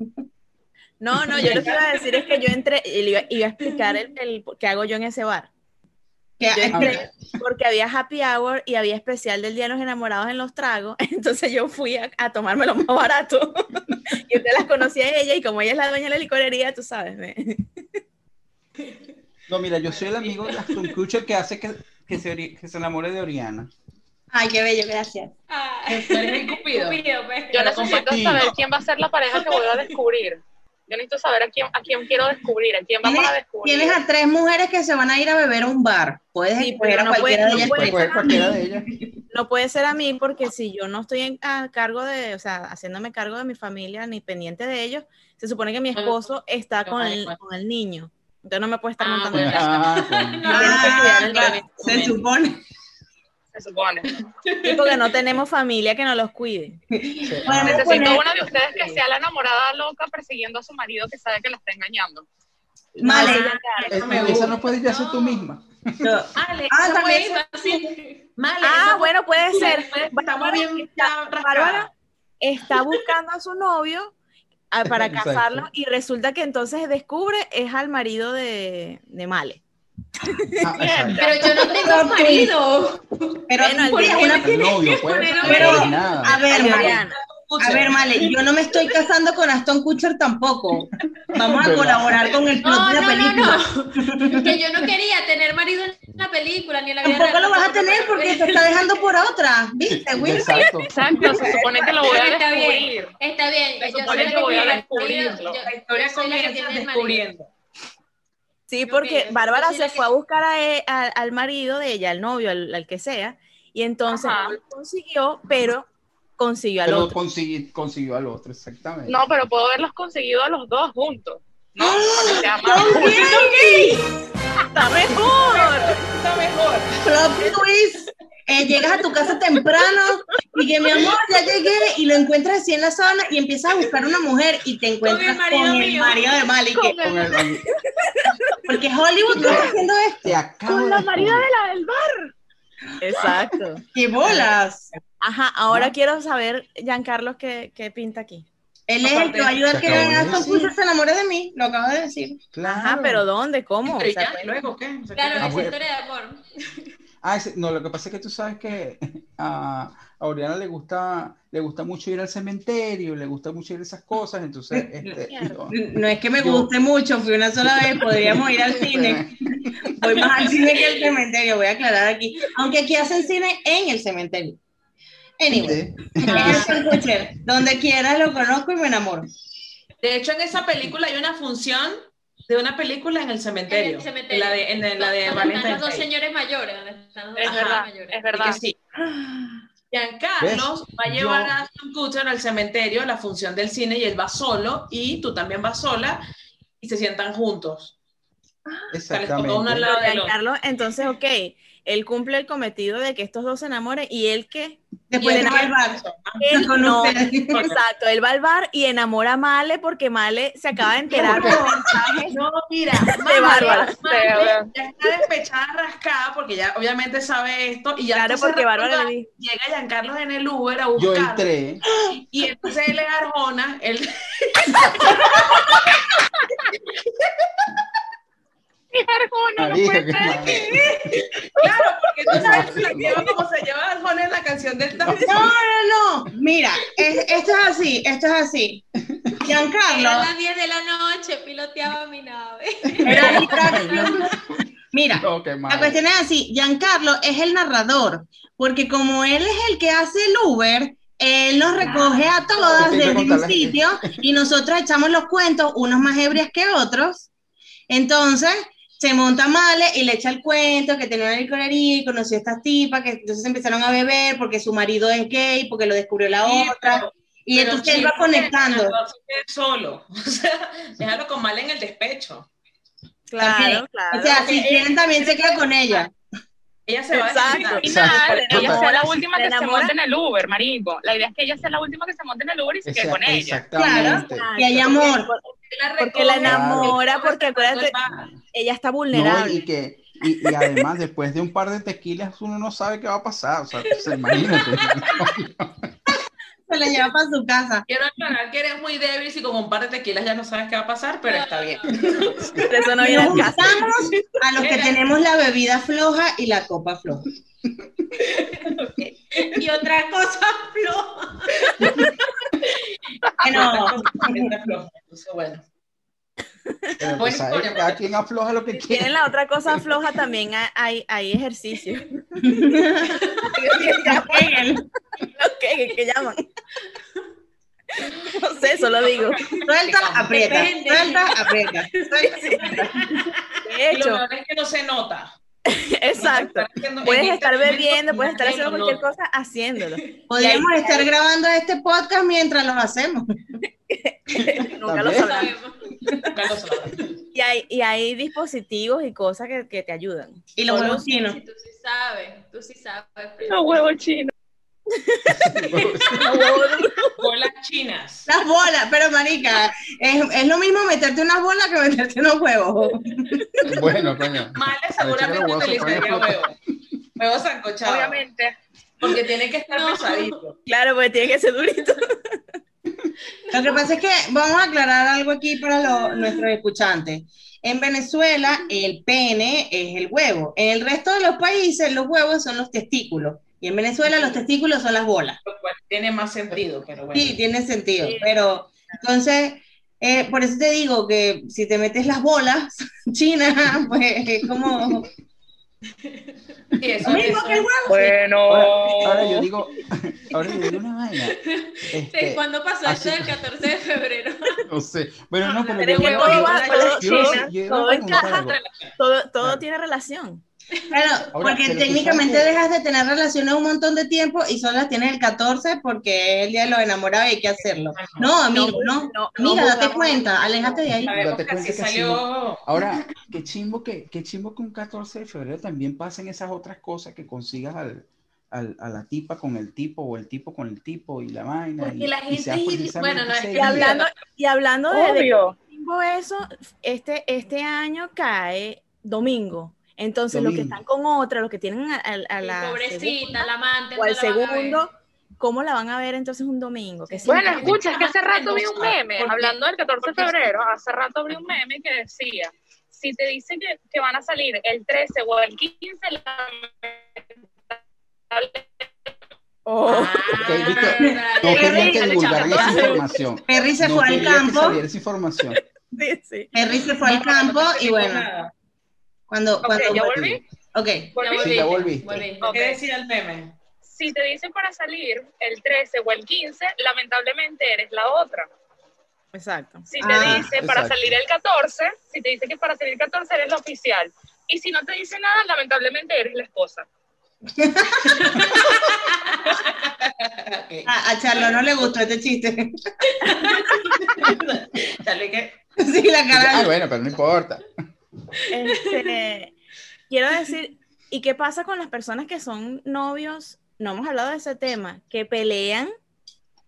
No, no, yo lo que iba a decir es que yo entré y le iba, iba a explicar el, el- qué hago yo en ese bar. Que, Yo Ah, entré porque había happy hour y había especial del Día de los Enamorados en los tragos, entonces yo fui a, a tomarme lo más barato. Y entonces las conocí a ella y como ella es la dueña de la licorería, tú sabes. me- No, mira, yo soy el amigo de Aston Kutcher que hace que, que, se, ori- que se enamore de Oriana. Ay, qué bello, gracias. Ah, Este, Tú eres el cupido. Cupido, pues. Yo Pero necesito compartido. saber quién va a ser la pareja que voy a descubrir. Yo necesito saber a quién, a quién quiero descubrir, a quién vamos a descubrir. Tienes a tres mujeres que se van a ir a beber a un bar. Puedes Sí, escoger pero a no cualquiera puedes- de no ellas. puedes- Puede tres. coger Pues, cualquiera de ellas. No puede ser a mí porque si yo no estoy en- a cargo de, o sea, haciéndome cargo de mi familia ni pendiente de ellos, se supone que mi esposo está Yo con el, marico. con el niño. Entonces no me puede estar Ah, montando. bueno. Ah, coño. Ah, Tienes que cuidar el se supone. Se supone. Sí, porque no tenemos familia que nos los cuide. Ah, Bueno, Necesito poner- una de ustedes que sea la enamorada loca persiguiendo a su marido que sabe que la está engañando. Vale. Así ya queda. Esa- me esa gusta. no puedes ya ser tú No. misma. No. Ale, Ah, esa también fue así. Male, Ah, esa- bueno, puede ser. Estamos Bárbara bien ya rascadas. Bárbara está buscando a su novio ah, para Exacto. casarlo y resulta que entonces descubre es al marido de, de Male. Ah, exacto. Pero yo no tengo marido. Pero Bueno, tú eres el- una- El novio, pues. Pero- Pero, pero- a ver, Male, Mariana, a ver, Male, yo no me estoy casando con Aston Kutcher tampoco. Vamos a ¿Verdad? colaborar con el plot No, de la no, película. no, no. Que yo no quería tener marido en la película ni en la vida Tampoco real. lo vas a tener porque te está dejando por otra, ¿viste, Will? Exacto. Exacto, se supone que lo voy a Está bien. descubrir. Está bien, Se yo supone soy que la voy a tiene descubrirlo. marido, yo- La historia yo soy la que comienza tiene el marido. descubriendo. Sí, Ok, porque yo Bárbara soy se la fue a que- buscar a e- a- al marido de ella, al novio, al, al que sea, y entonces Ajá. no lo consiguió, pero consiguió al Pero otro. consiguió, consiguió al otro, exactamente. No, pero puedo haberlos conseguido a los dos juntos. No, porque se aman. ¡Está mejor! Está mejor. Plot twist. Eh, llegas a tu casa temprano y que mi amor ya llegué y lo encuentras así en la zona y empiezas a buscar una mujer y te encuentras el con marido el mío. marido de Mali que- Con el- porque Hollywood no está haciendo esto te acabo Con la de marida de la del bar. Exacto. qué bolas Ajá, ahora quiero saber, Giancarlo, ¿qué, qué pinta aquí? él es el que va a ayudar que Te acabo de Aston decir. Kutcher se enamore de mí lo acabo de decir Claro. Ajá, Ah, pero ¿dónde? ¿Cómo? Pero O sea, ya, pues, luego, ¿qué? O sea, Claro, Ah, es bueno. historia de amor. Ah, ese- no, lo que pasa es que tú sabes que a Oriana le gusta, le gusta mucho ir al cementerio, le gusta mucho ir a esas cosas, entonces, este, yo- no es que me Yo- guste mucho fui una sola vez podríamos ir al cine voy más al cine que al cementerio voy a aclarar aquí aunque aquí hacen cine en el cementerio anyway Este, es Aston Kutcher donde quiera lo conozco y me enamoro De hecho, en esa película hay una función de una película en el cementerio. En el cementerio. En la de, en, en la Donde de están Valentine's los dos Day. señores mayores. donde están los dos Es señores verdad, mayores. es verdad. Que sí. Giancarlos va a llevar Yo- a Aston Kutcher al cementerio, a la función del cine, y él va solo, y tú también vas sola, y se sientan juntos. O sea, les toca exactamente. uno al lado del otro. Giancarlo, entonces, ok, él cumple el cometido de que estos dos se enamoren y él que... después de Y el- Navidad Él con no. ustedes. Exacto, él va al bar y enamora a Male porque Male se acaba de enterar de los mensajes No, mira, de Bárbara. O sea, ya está despechada, rascada, porque ya obviamente sabe esto, y ya Claro, entonces porque resulta- Bárbara le dijo. llega Giancarlo en el Uber a Yo buscar entré, y entonces él es Arjona, él Arjona, no marica, puede que ser. madre. claro, porque tú sabes la lleva como se lleva Arjona en la canción del taxi. No, no, no. Mira, es- esto es así, esto es así. Era Giancarlo las 10 de la noche, piloteaba mi nave. era el taxi. Mira, No, qué madre. la cuestión es así. Giancarlo es el narrador, porque como él es el que hace el Uber, él nos recoge a todas Te iba a desde contar un la- sitio y nosotros echamos los cuentos, unos más ebrias que otros. Entonces, se monta Male y le echa el cuento que tenía una licorería y conoció a esta tipa, que entonces empezaron a beber porque su marido es gay, porque lo descubrió la otra. Y Pero entonces él chico, va conectando. entonces él Solo, o sea, déjalo con mal en el despecho. Claro, Ok. claro. O sea, si quieren también se queda con ella. Ella se va Exacto. a desquitar. Exacto. Que ella sea la última ¿Te que se enamoras? monte en el Uber, marico. La idea es que ella sea la última que se monte en el Uber y se quede Esa- con ella. Exactamente. Claro. Y hay amor. Porque la recoge, enamora, recoge, porque acuérdate- Ella está No, vulnerable. y que, y, y además, después de un par de tequilas, uno no sabe qué va a pasar, o sea, pues, imagínate. Se la lleva para su casa. Quiero aclarar que eres muy débil si con un par de tequilas ya no sabes qué va a pasar, pero está bien. Por eso no Y viene nos al caso. juntamos a los que Era. tenemos la bebida floja y la copa floja. Y otra cosa floja. Ah, Bueno, Está flojo, entonces, bueno. Pero, Buena pues, ¿sabes? historia, Cada quien afloja lo que quiere. Tienen la otra cosa floja también, hay- hay, hay ejercicio. Hegel. Lo que, que llaman. No sé, solo digo. Suelta, aprieta. Depende. Suelta, aprieta. Suelta, aprieta. De Lo hecho, peor es que no se nota. exacto. Estar haciendo- en Puedes este estar momento, bebiendo, puedes estar no, haciendo no. cualquier cosa haciéndolo. Podríamos estar grabando este podcast mientras los hacemos. Nunca lo También. sabrás. sabemos. Nunca lo sabrás. Y hay, y hay dispositivos y cosas que, que te ayudan. Y los Solo huevos chinos. Sí, tú sí sabes, tú sí sabes. Fred. No huevo chino. Bolas chinas. Las bolas, pero marica, es, es lo mismo meterte unas bolas que meterte unos huevos. bueno, coño. Mala Pero seguramente los huevos se pueden utilizaría huevo. explotar. Huevo sancochado. Obviamente. Porque tiene que estar No. pesadito. Claro, porque tiene que ser durito. Lo que pasa es que vamos a aclarar algo aquí para lo- nuestros escuchantes. En Venezuela, el pene es el huevo. En el resto de los países, los huevos son los testículos. Y en Venezuela, los testículos son las bolas. Lo cual tiene más sentido, pero bueno. Sí, tiene sentido. Sí. Pero entonces, eh, por eso te digo que si te metes las bolas chinas, pues es como. Sí, eso, Mismo eso. que el huevo. Bueno. Ahora, ahora yo digo, ahora yo digo una vaina. Sí, Este, ¿Cuándo pasó así- esto del 14 de febrero? no sé. Bueno, no, pero Pero es yo que iba- todo yo- va, todo, yo iba- todo- yo iba a todo preguntar encaja, algo. todo, todo Claro. tiene relación. Claro, Ahora, porque pero tú técnicamente sabes que- dejas de tener relaciones un montón de tiempo y solo las tienes el 14 porque es el día de los enamorados y hay que hacerlo. No, amigo, no. Amiga, date juzgamos. cuenta, aléjate de ahí. Sabemos Date que así cuenta que salió. Ahora, qué chimbo que, qué chimbo que un 14 de febrero también pasen esas otras cosas que consigas al, al- a la tipa con el tipo o el tipo con el tipo y la vaina. Porque la gente sea pues es- precisamente bueno, no, es ese que Y día. hablando, y hablando de, de Obvio. domingo eso, este, este año cae domingo. Entonces, los que Domingo. están con otra, los que tienen a, a- a la Pobrecita, segunda la amante. o al no la van a ver. segundo, ¿cómo la van a ver entonces un domingo? Que sí. Bueno, Sí, escucha, es que hace rato vi un porque- meme, hablando del 14 de febrero, hace rato vi un meme que decía, si te dicen que, que van a salir el 13 o el 15, Oh, Ok, viste, Ah, No dale, quería que dale, divulgaran chamo, esa dale. información. Perry se No fue al quería que campo, saliera esa información. sí, sí. Perry se fue al campo y bueno, Nada. cuando... cuando ¿ya volví? Ok, Volví. Sí, ya volviste. ¿Qué decía el meme? si te dicen para salir el 13 o el 15, lamentablemente eres la otra. Exacto. Si te Ah, dicen para exacto. salir el 14, si te dicen que para salir el 14 eres la oficial. Y si no te dice nada, lamentablemente eres la esposa. Ok. Ah. a, a Charlo no le gustó este chiste. Dale que. sí, la cara... Ah, bueno, pero no importa. Este, quiero decir, ¿y qué pasa con las personas que son novios? No hemos hablado de ese tema, que pelean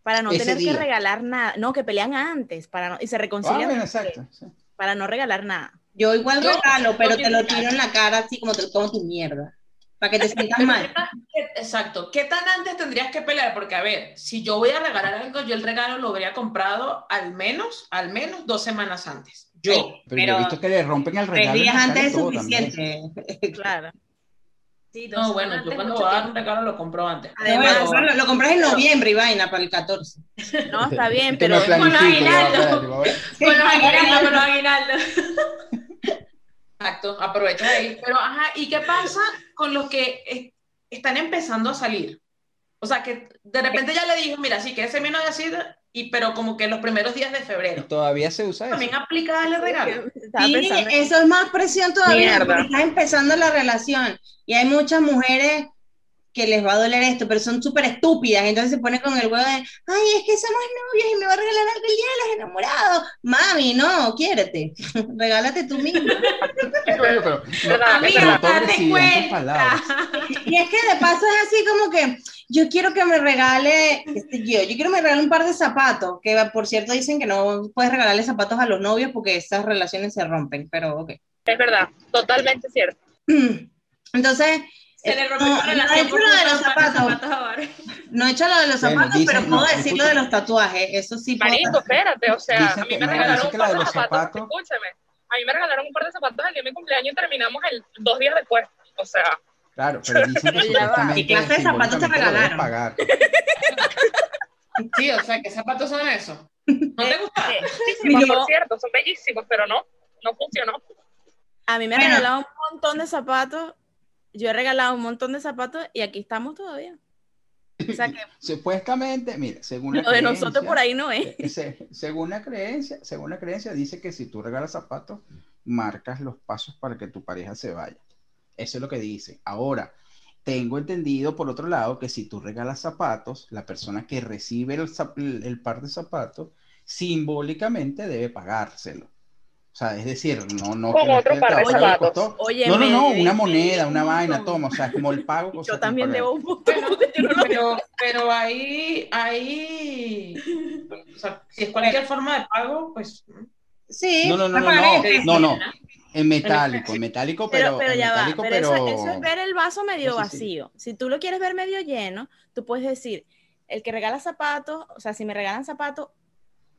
para no Ese tener día. que regalar nada. No, que pelean antes para no, y se Ah, reconcilian bueno, exacto. sí. para no regalar nada. Yo igual Yo- regalo, pero yo te lo quiero tiro en la cara así como te como tu mierda. Para que te sientas Pero mal. ¿qué tan- qué- Exacto. ¿Qué tan antes tendrías que pelear? Porque, a ver, si yo voy a regalar algo, yo el regalo lo habría comprado al menos, al menos dos semanas antes. Yo. Pero, yo he visto que le rompen el Tres regalo. días en la cara antes es y todo también. suficiente. Claro. Sí, dos No, semanas bueno, yo antes, cuando mucho voy a dar un tiempo. regalo lo compro antes. Bueno, Además, eso lo, lo compras en noviembre y vaina para el 14. no, está bien, Que pero me planifique, Con ya, aguinaldo. claro, bueno. Con los aguinaldos, con los aguinaldos. Exacto, aprovecha ahí. Pero, ajá, ¿y qué pasa con los que eh, están empezando a salir? O sea, que de repente ya le dijo, mira, sí, que ese menos de así, y, pero como que los primeros días de Y febrero. todavía se usa eso. También aplica darle regalo. estaba Sí, pensando en- eso es más presión todavía Mierda. porque estás empezando la relación y hay muchas mujeres que les va a doler esto, pero son súper estúpidas, entonces se pone con el huevo de, ay, es que somos novios y me va a regalar algo el día de los enamorados. Mami, no, quiérete, regálate tú misma. Bueno, pero- ¿Verdad? Amiga, ¿Verdad? todo date recibido en otras cuenta. palabras. Y es que de paso es así como que yo quiero que me regale, qué sé yo, yo quiero que me regale un par de zapatos, que por cierto dicen que no puedes regalarle zapatos a los novios porque esas relaciones se rompen, pero ok. Es verdad, totalmente cierto. Entonces, Se le rompió No, la no, relación es por lo de los culpa los zapatos. ahora. no he hecho lo de los Bueno, zapatos, dicen- pero puedo no, decir lo de los tatuajes, eso sí puedo. Marico, espérate, o sea, Dicen a mí que- me no, regalaron dicen que un la par de de los zapatos, zapatos- escúchame, a mí me regalaron un par de zapatos el día de mi cumpleaños y terminamos el dos días después, o sea, Claro, pero dicen que Ya va. supuestamente ¿Qué clase de zapatos te simbólicamente lo debes regalaron? pagar. Sí, o sea, ¿qué zapatos son esos? ¿No te gusta? muchísimos, Yo- por cierto, son bellísimos, pero no, no funcionó. a mí me han Bueno. regalado un montón de zapatos. Yo he regalado un montón de zapatos y aquí estamos todavía. O sea que Supuestamente, mira, según la lo de nosotros creencia- por ahí no es. Eh, se- según la creencia, según la creencia dice que si tú regalas zapatos, marcas los pasos para que tu pareja se vaya. Eso es lo que dice. Ahora, tengo entendido por otro lado que si tú regalas zapatos, la persona que recibe el, zap- el- el par de zapatos simbólicamente debe pagárselo. O sea, es decir, no, no. Con que no otro esté el par de trabajo que zapatos. costó. Oye, No, no, me no, una debiste moneda, un una vaina, montón. toma, o sea, es como el pago. o sea, Yo que también pagar. debo un montón porque yo no lo veo. Pero, pero ahí, ahí, o sea, si es cualquier forma de pago, pues Sí, No, no, no, no, papá, no, este, no, no. En metálico, en metálico, pero, Pero, pero en ya va, metálico, pero, pero... Eso, eso es ver el vaso medio Eso sí. vacío. Si tú lo quieres ver medio lleno, tú puedes decir, el que regala zapatos, o sea, si me regalan zapatos,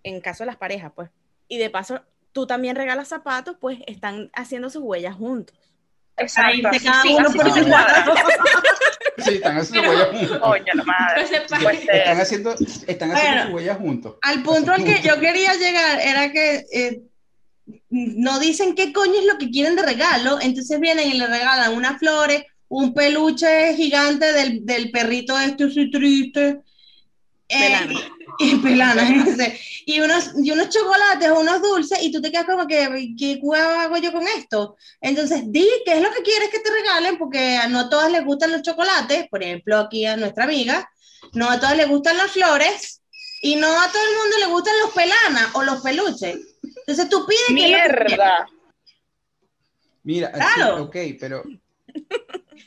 en caso de las parejas, pues, y de paso tú también regalas zapatos, pues están haciendo sus huellas juntos. Exacto. de cada Sí, uno así por se su sí. cuadra. cuadro. Sí, están haciendo Pero- huellas juntos. Coño, la madre. Pues se Pues, parece. eh, Están haciendo, están haciendo Bueno. sus huellas juntos. Al punto al que yo quería llegar era que eh, no dicen qué coño es lo que quieren de regalo, entonces vienen y le regalan unas flores, un peluche gigante del, del perrito este así triste. eh, Pelana. Y, pelana, no sé, y unos, y unos chocolates o unos dulces, y tú te quedas como que, ¿qué huevo hago yo con esto? Entonces, di qué es lo que quieres que te regalen, porque a no a todas les gustan los chocolates, por ejemplo, aquí a nuestra amiga, no a todas les gustan las flores, y no a todo el mundo le gustan los pelanas o los peluches. Entonces tú pides que es lo que quieres. Mierda. Mira, sí, Claro. ok, pero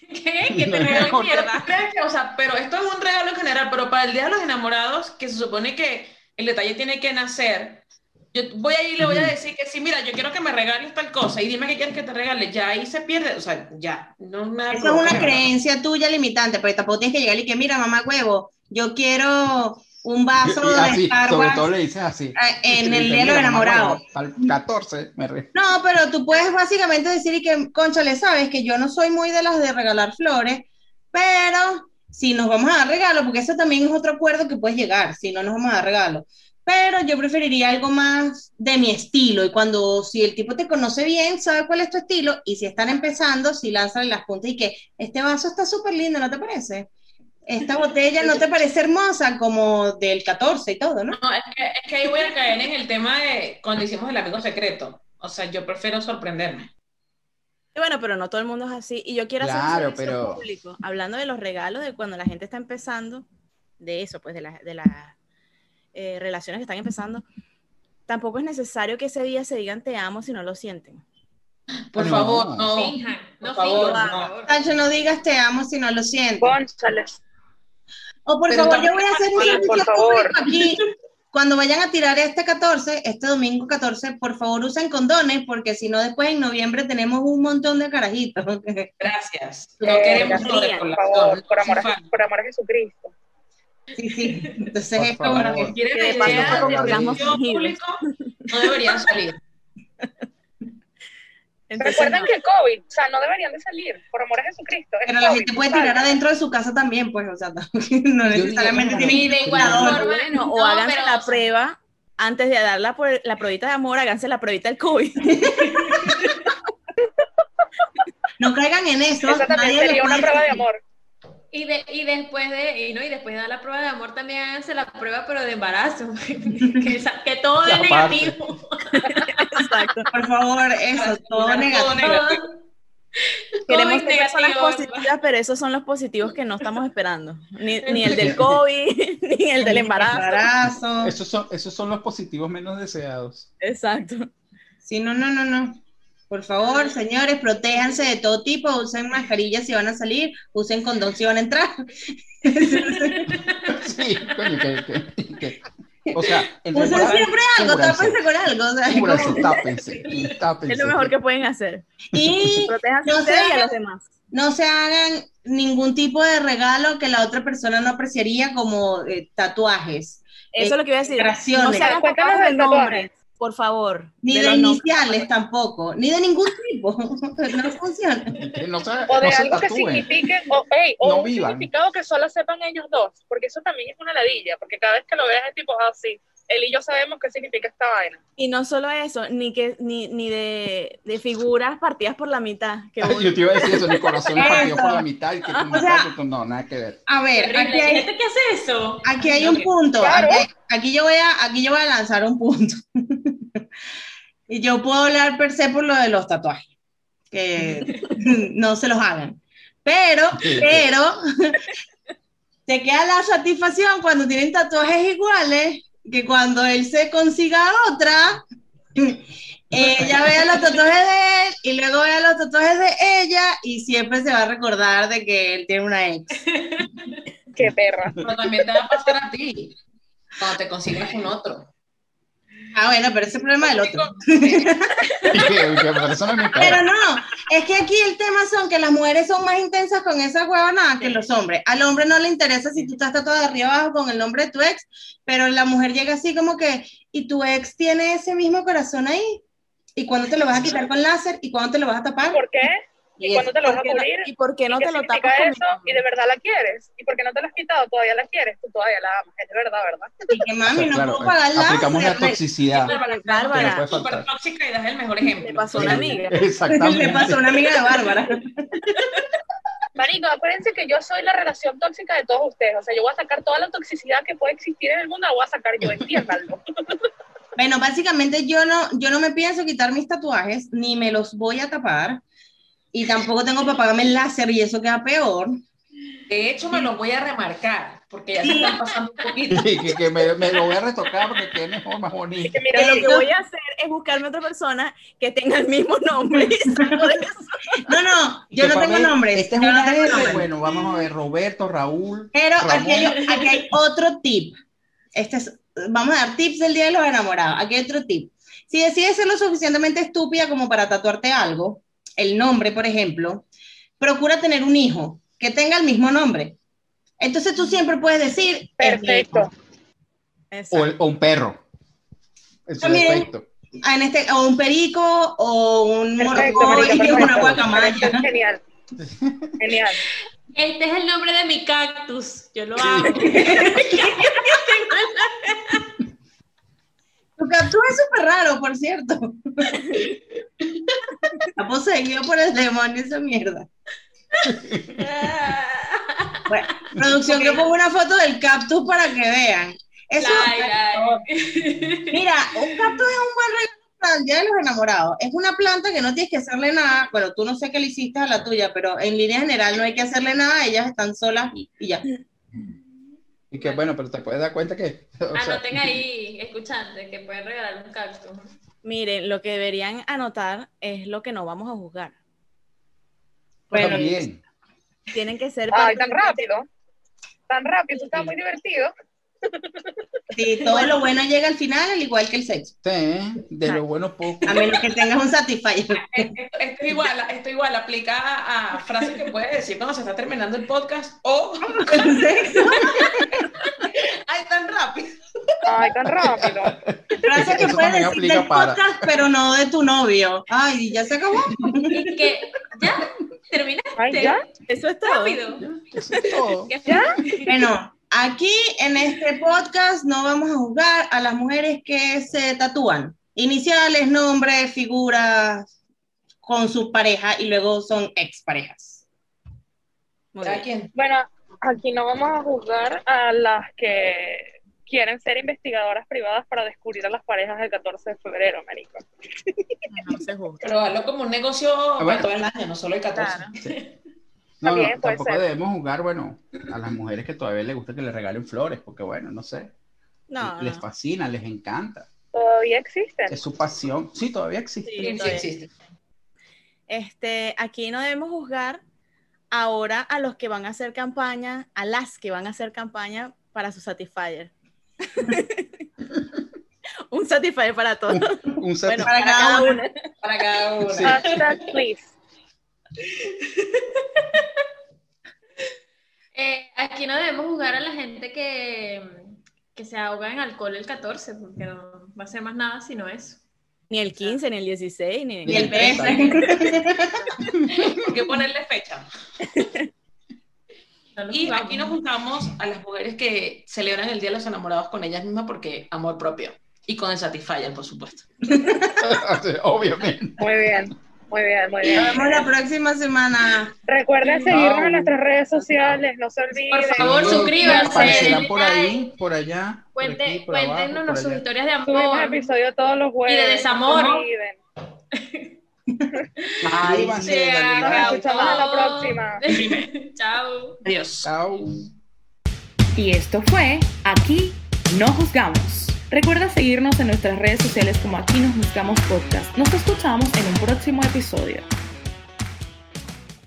¿Qué? ¿Que te No, regalan Porque mierda? creo que, o sea, pero esto es un regalo en general, pero para el Día de los Enamorados, que se supone que el detalle tiene que nacer, yo voy ahí y le voy a Ujú. decir que sí, mira, yo quiero que me regales tal cosa y dime qué quieres que te regale, ya ahí se pierde, o sea, ya, no me da Eso es una problema. creencia tuya limitante, pero tampoco tienes que llegar y que, mira, mamá huevo, yo quiero un vaso y de así, Star sobre Wars todo le dices así. Este, eh, en el Mira, día de los mamá, enamorados. bueno, Al 14 me re- No, pero tú puedes básicamente decir y que, conchale, sabes que yo no soy muy de las de regalar flores, pero si nos vamos a dar regalo, porque eso también es otro acuerdo que puedes llegar, si no nos vamos a dar regalo. Pero yo preferiría algo más de mi estilo. Y cuando, si el tipo te conoce bien, sabe cuál es tu estilo, y si están empezando, si lanzan las puntas y que este vaso está súper lindo, ¿no te parece? Esta botella no te parece hermosa como del 14 y todo, ¿no? No, es que, es que ahí voy a caer en el tema de cuando hicimos el amigo secreto, o sea, yo prefiero sorprenderme. Y bueno, pero no todo el mundo es así. Y yo quiero hacer Claro, un servicio pero- público, hablando de los regalos, de cuando la gente está empezando, de eso, pues de las de las, eh, relaciones que están empezando. Tampoco es necesario que ese día se digan te amo si no lo sienten. Por No. favor, no, Finjan, no por favor, finjan. no. Sancho, no digas te amo si no lo siento. González. O por Pero favor, yo también- voy a hacer un Oye, por servicio favor. público aquí. Cuando vayan a tirar este 14, este domingo 14, por favor usen condones, porque si no, después en noviembre tenemos un montón de carajitos. Gracias. No Eh, queremos García, sobre Por favor, por amor, a, por amor a Jesucristo. Sí, sí. Entonces, Por es favor. como- Si quieren Que de paso ideas fue con de orgasmos servicio fingidos. público, no deberían salir. Entonces, Recuerden no. que el COVID, o sea, no deberían de salir, por amor a Jesucristo. Es pero la COVID, gente puede ¿sabes? tirar adentro de su casa también, pues, o sea, no, no diría, necesariamente claro. tiene Y de igual Claro. forma, Bueno, no, o háganse pero, la o sea, prueba antes de dar la, prueb- la pruebita de amor, háganse la pruebita del COVID. No caigan en eso. Esa también nadie le sería una puede- prueba de amor. Y, de, y después de y, no, y después de dar la prueba de amor también háganse la prueba pero de embarazo que, esa- que todo Y es aparte. negativo Exacto. Por favor, eso, todo negativo. Todo- Queremos COVID ser personas negativo, positivas, pero esos son los positivos que no estamos esperando. Ni, ni el del COVID, ni el del embarazo. Embarazo. Esos son, esos son los positivos menos deseados. Exacto. Sí, no, no, no, no. Por favor, señores, protéjanse de todo tipo, usen mascarillas si van a salir, usen condón si van a entrar. Sí, coño, que, que- que- O sea, en Usen realidad, siempre algo, cúbranse, tápense con algo. o sea, es como- cúbranse, tápense, y tápense. Es lo mejor que pueden hacer. Y Protéjanse No a ustedes y a sean- los demás. no se hagan ningún tipo de regalo que la otra persona no apreciaría como eh, tatuajes, Eso es lo que iba a decir. No creaciones, se hagan Cuéntanos tatuajes de del tatuaje. nombres, por favor. ni De de, los nombres. iniciales tampoco, ni de ningún tipo. no funciona. Que No se, O de no se algo que tatúen. signifique, o, ey, o No un vivan. significado que solo sepan ellos dos, porque eso también es una ladilla, porque cada vez que lo veas es tipo, ah, sí, él y yo sabemos qué significa esta vaina. Y no solo eso, ni que ni, ni de, de figuras partidas por la mitad. Que uno- Yo te iba a decir eso, mi corazón Eso. partió por la mitad y que tú me sea- estás con- no, nada que ver. A ver, Terrible. aquí hay, Fíjate qué hace eso. aquí hay un punto. Claro. Aquí, aquí yo voy a, aquí yo voy a lanzar un punto. y yo puedo hablar per se por lo de los tatuajes. Que no se los hagan. Pero, pero, te queda la satisfacción cuando tienen tatuajes iguales que cuando él se consiga otra. Ella vea los tatuajes de él y luego vea los tatuajes de ella y siempre se va a recordar de que él tiene una ex. Qué perra. Pero también te va a pasar a ti cuando te consigas un otro. Ah, bueno, pero ese es el problema del otro. Y que- y que, pero eso no es mi pedo. Pero no, es que aquí el tema son que las mujeres son más intensas con esas huevonadas que los hombres. Al hombre no le interesa si tú estás tatuado de arriba abajo con el nombre de tu ex, pero la mujer llega así como que, y tu ex tiene ese mismo corazón ahí. ¿Y cuándo te lo vas a quitar con láser? ¿Y cuándo te lo vas a tapar? ¿Por qué? ¿Y, Y cuándo te lo vas a ¿Por qué no- cubrir? ¿Y por qué no ¿Y qué te lo significa tapas con eso? mi- ¿Y de verdad la quieres? ¿Y por qué no te la has quitado? ¿Todavía la quieres? Tú todavía la amas, es de verdad, ¿verdad? Y que O sea, mami, no claro, puedo pagar eh, láser. aplicamos la Le- toxicidad. Bárbara. Que no puede Súper faltar. tóxica y das el mejor ejemplo. Le pasó a una amiga. Exactamente. Le pasó a una amiga de Bárbara. Marico, acuérdense que yo soy la relación tóxica de todos ustedes. O sea, yo voy a sacar toda la toxicidad que puede existir en el mundo, la voy a sacar yo, entiéndanlo. Bueno, básicamente yo no, yo no me pienso quitar mis tatuajes, ni me los voy a tapar, y tampoco tengo para pagarme el láser, y eso queda peor. De hecho, me lo voy a remarcar porque ya se están pasando un poquito. Y que, que me, me lo voy a retocar porque quede mejor, más bonito. Que mira, Que lo que Eso. voy a hacer es buscarme otra persona que tenga el mismo nombre. Por eso. No, no, yo Que no para tengo ver, nombres. Esta es yo no una tengo R. nombres. Bueno, vamos a ver, Roberto, Raúl. Pero Ramón. aquí hay, aquí hay otro tip. Este es, vamos a dar tips del Día de los Enamorados. Aquí hay otro tip. Si decides ser lo suficientemente estúpida como para tatuarte algo, el nombre, por ejemplo, procura tener un hijo que tenga el mismo nombre. Entonces tú siempre puedes decir, perfecto. O, Exacto. el- o un perro. Eso es También. perfecto. Ah, en este, o un perico, o un Perfecto, morcón, marica, y una perfecto. guacamaya. Genial. Genial. Este es el nombre de mi cactus. Yo lo amo. Tu captura es súper raro, por cierto. Está poseído por el demonio esa mierda. Ah. Bueno, producción que pongo una foto del cactus para que vean. Eso, Ay, ay. mira, un cactus es un buen regalo para el Día de los Enamorados. Es una planta que no tienes que hacerle nada. Bueno, tú no sé qué le hiciste a la tuya, pero en línea general no hay que hacerle nada. Ellas están solas y y ya. Y que bueno, pero te puedes dar cuenta que. o sea, Anoten Ah, ahí, escuchante, que pueden regalar un cactus. Miren, lo que deberían anotar es lo que no vamos a juzgar. Bueno, también. Tienen que ser Ay, parte tan rápido. Tan rápido, está muy divertido. sí, todo lo bueno llega al final, al igual que el sexo. Sí, ¿eh? de lo bueno poco. A menos que tengas un satisfier. Esto, esto es igual, esto igual aplica a, a frases que puedes decir cuando se está terminando el podcast o Con sexo. ay tan rápido. Ay, tan rápido. Frase que Eso puedes también decir aplica del para- podcast, pero no de tu novio. Ay, ya se acabó. Y que ya terminaste. Ay, ya. Eso es todo. Rápido. Eso es todo. ¿Ya? Bueno, aquí en este podcast no vamos a juzgar a las mujeres que se tatúan. Iniciales, nombres, figuras con sus parejas y luego son exparejas. Muy ¿A bien. quién? Bueno, aquí no vamos a juzgar a las que quieren ser investigadoras privadas para descubrir a las parejas del 14 de febrero, marico. No se juzga. Pero hazlo como un negocio Ah, bueno. para todo el año, no solo el 14. Claro. No, no, También puede tampoco ser. debemos jugar, bueno, a las mujeres que todavía les gusta que les regalen flores, porque bueno, no sé. No, les no. fascina, les encanta. Todavía existen. Es su pasión. Sí, todavía existe. Sí, Sí, todavía. existe. Este, aquí no debemos juzgar ahora a los que van a hacer campaña, a las que van a hacer campaña para su Satisfyer. Un Satisfyer para todos. Un set- Bueno, para para cada cada uno. uno. Para cada uno. Sí. Hashtag, please. Eh, aquí no debemos jugar a la gente que, que se ahoga en alcohol el 14, porque no va a ser más nada sino eso. Ni el 15, ni el 16, ni, Y el Bien, está PS. ¿Por qué ponerle fecha? No nos Y juzgamos. aquí nos juntamos a las mujeres que celebran el Día de los Enamorados con ellas mismas porque amor propio. Y con el Satisfyer, por supuesto. Obviamente. Muy bien, muy bien, muy bien. Nos vemos la próxima semana. Recuerden seguirnos en nuestras redes sociales, no se Por olviden. favor, Seguro suscríbanse. Aparecerán por ahí, Like. por allá. por Cuente- aquí, por abajo, cuéntenos por sus allá. historias de Subimos amor. episodio todos los jueves. Y de desamor. No se olviden. Ay, Suscríbanse, se dale like. Nos escuchamos en la acabó. próxima. ah, Chao. Adiós. Chao. Y esto fue Aquí no juzgamos. Recuerda seguirnos en nuestras redes sociales como Aquí nos juzgamos podcast. Nos escuchamos en un próximo episodio.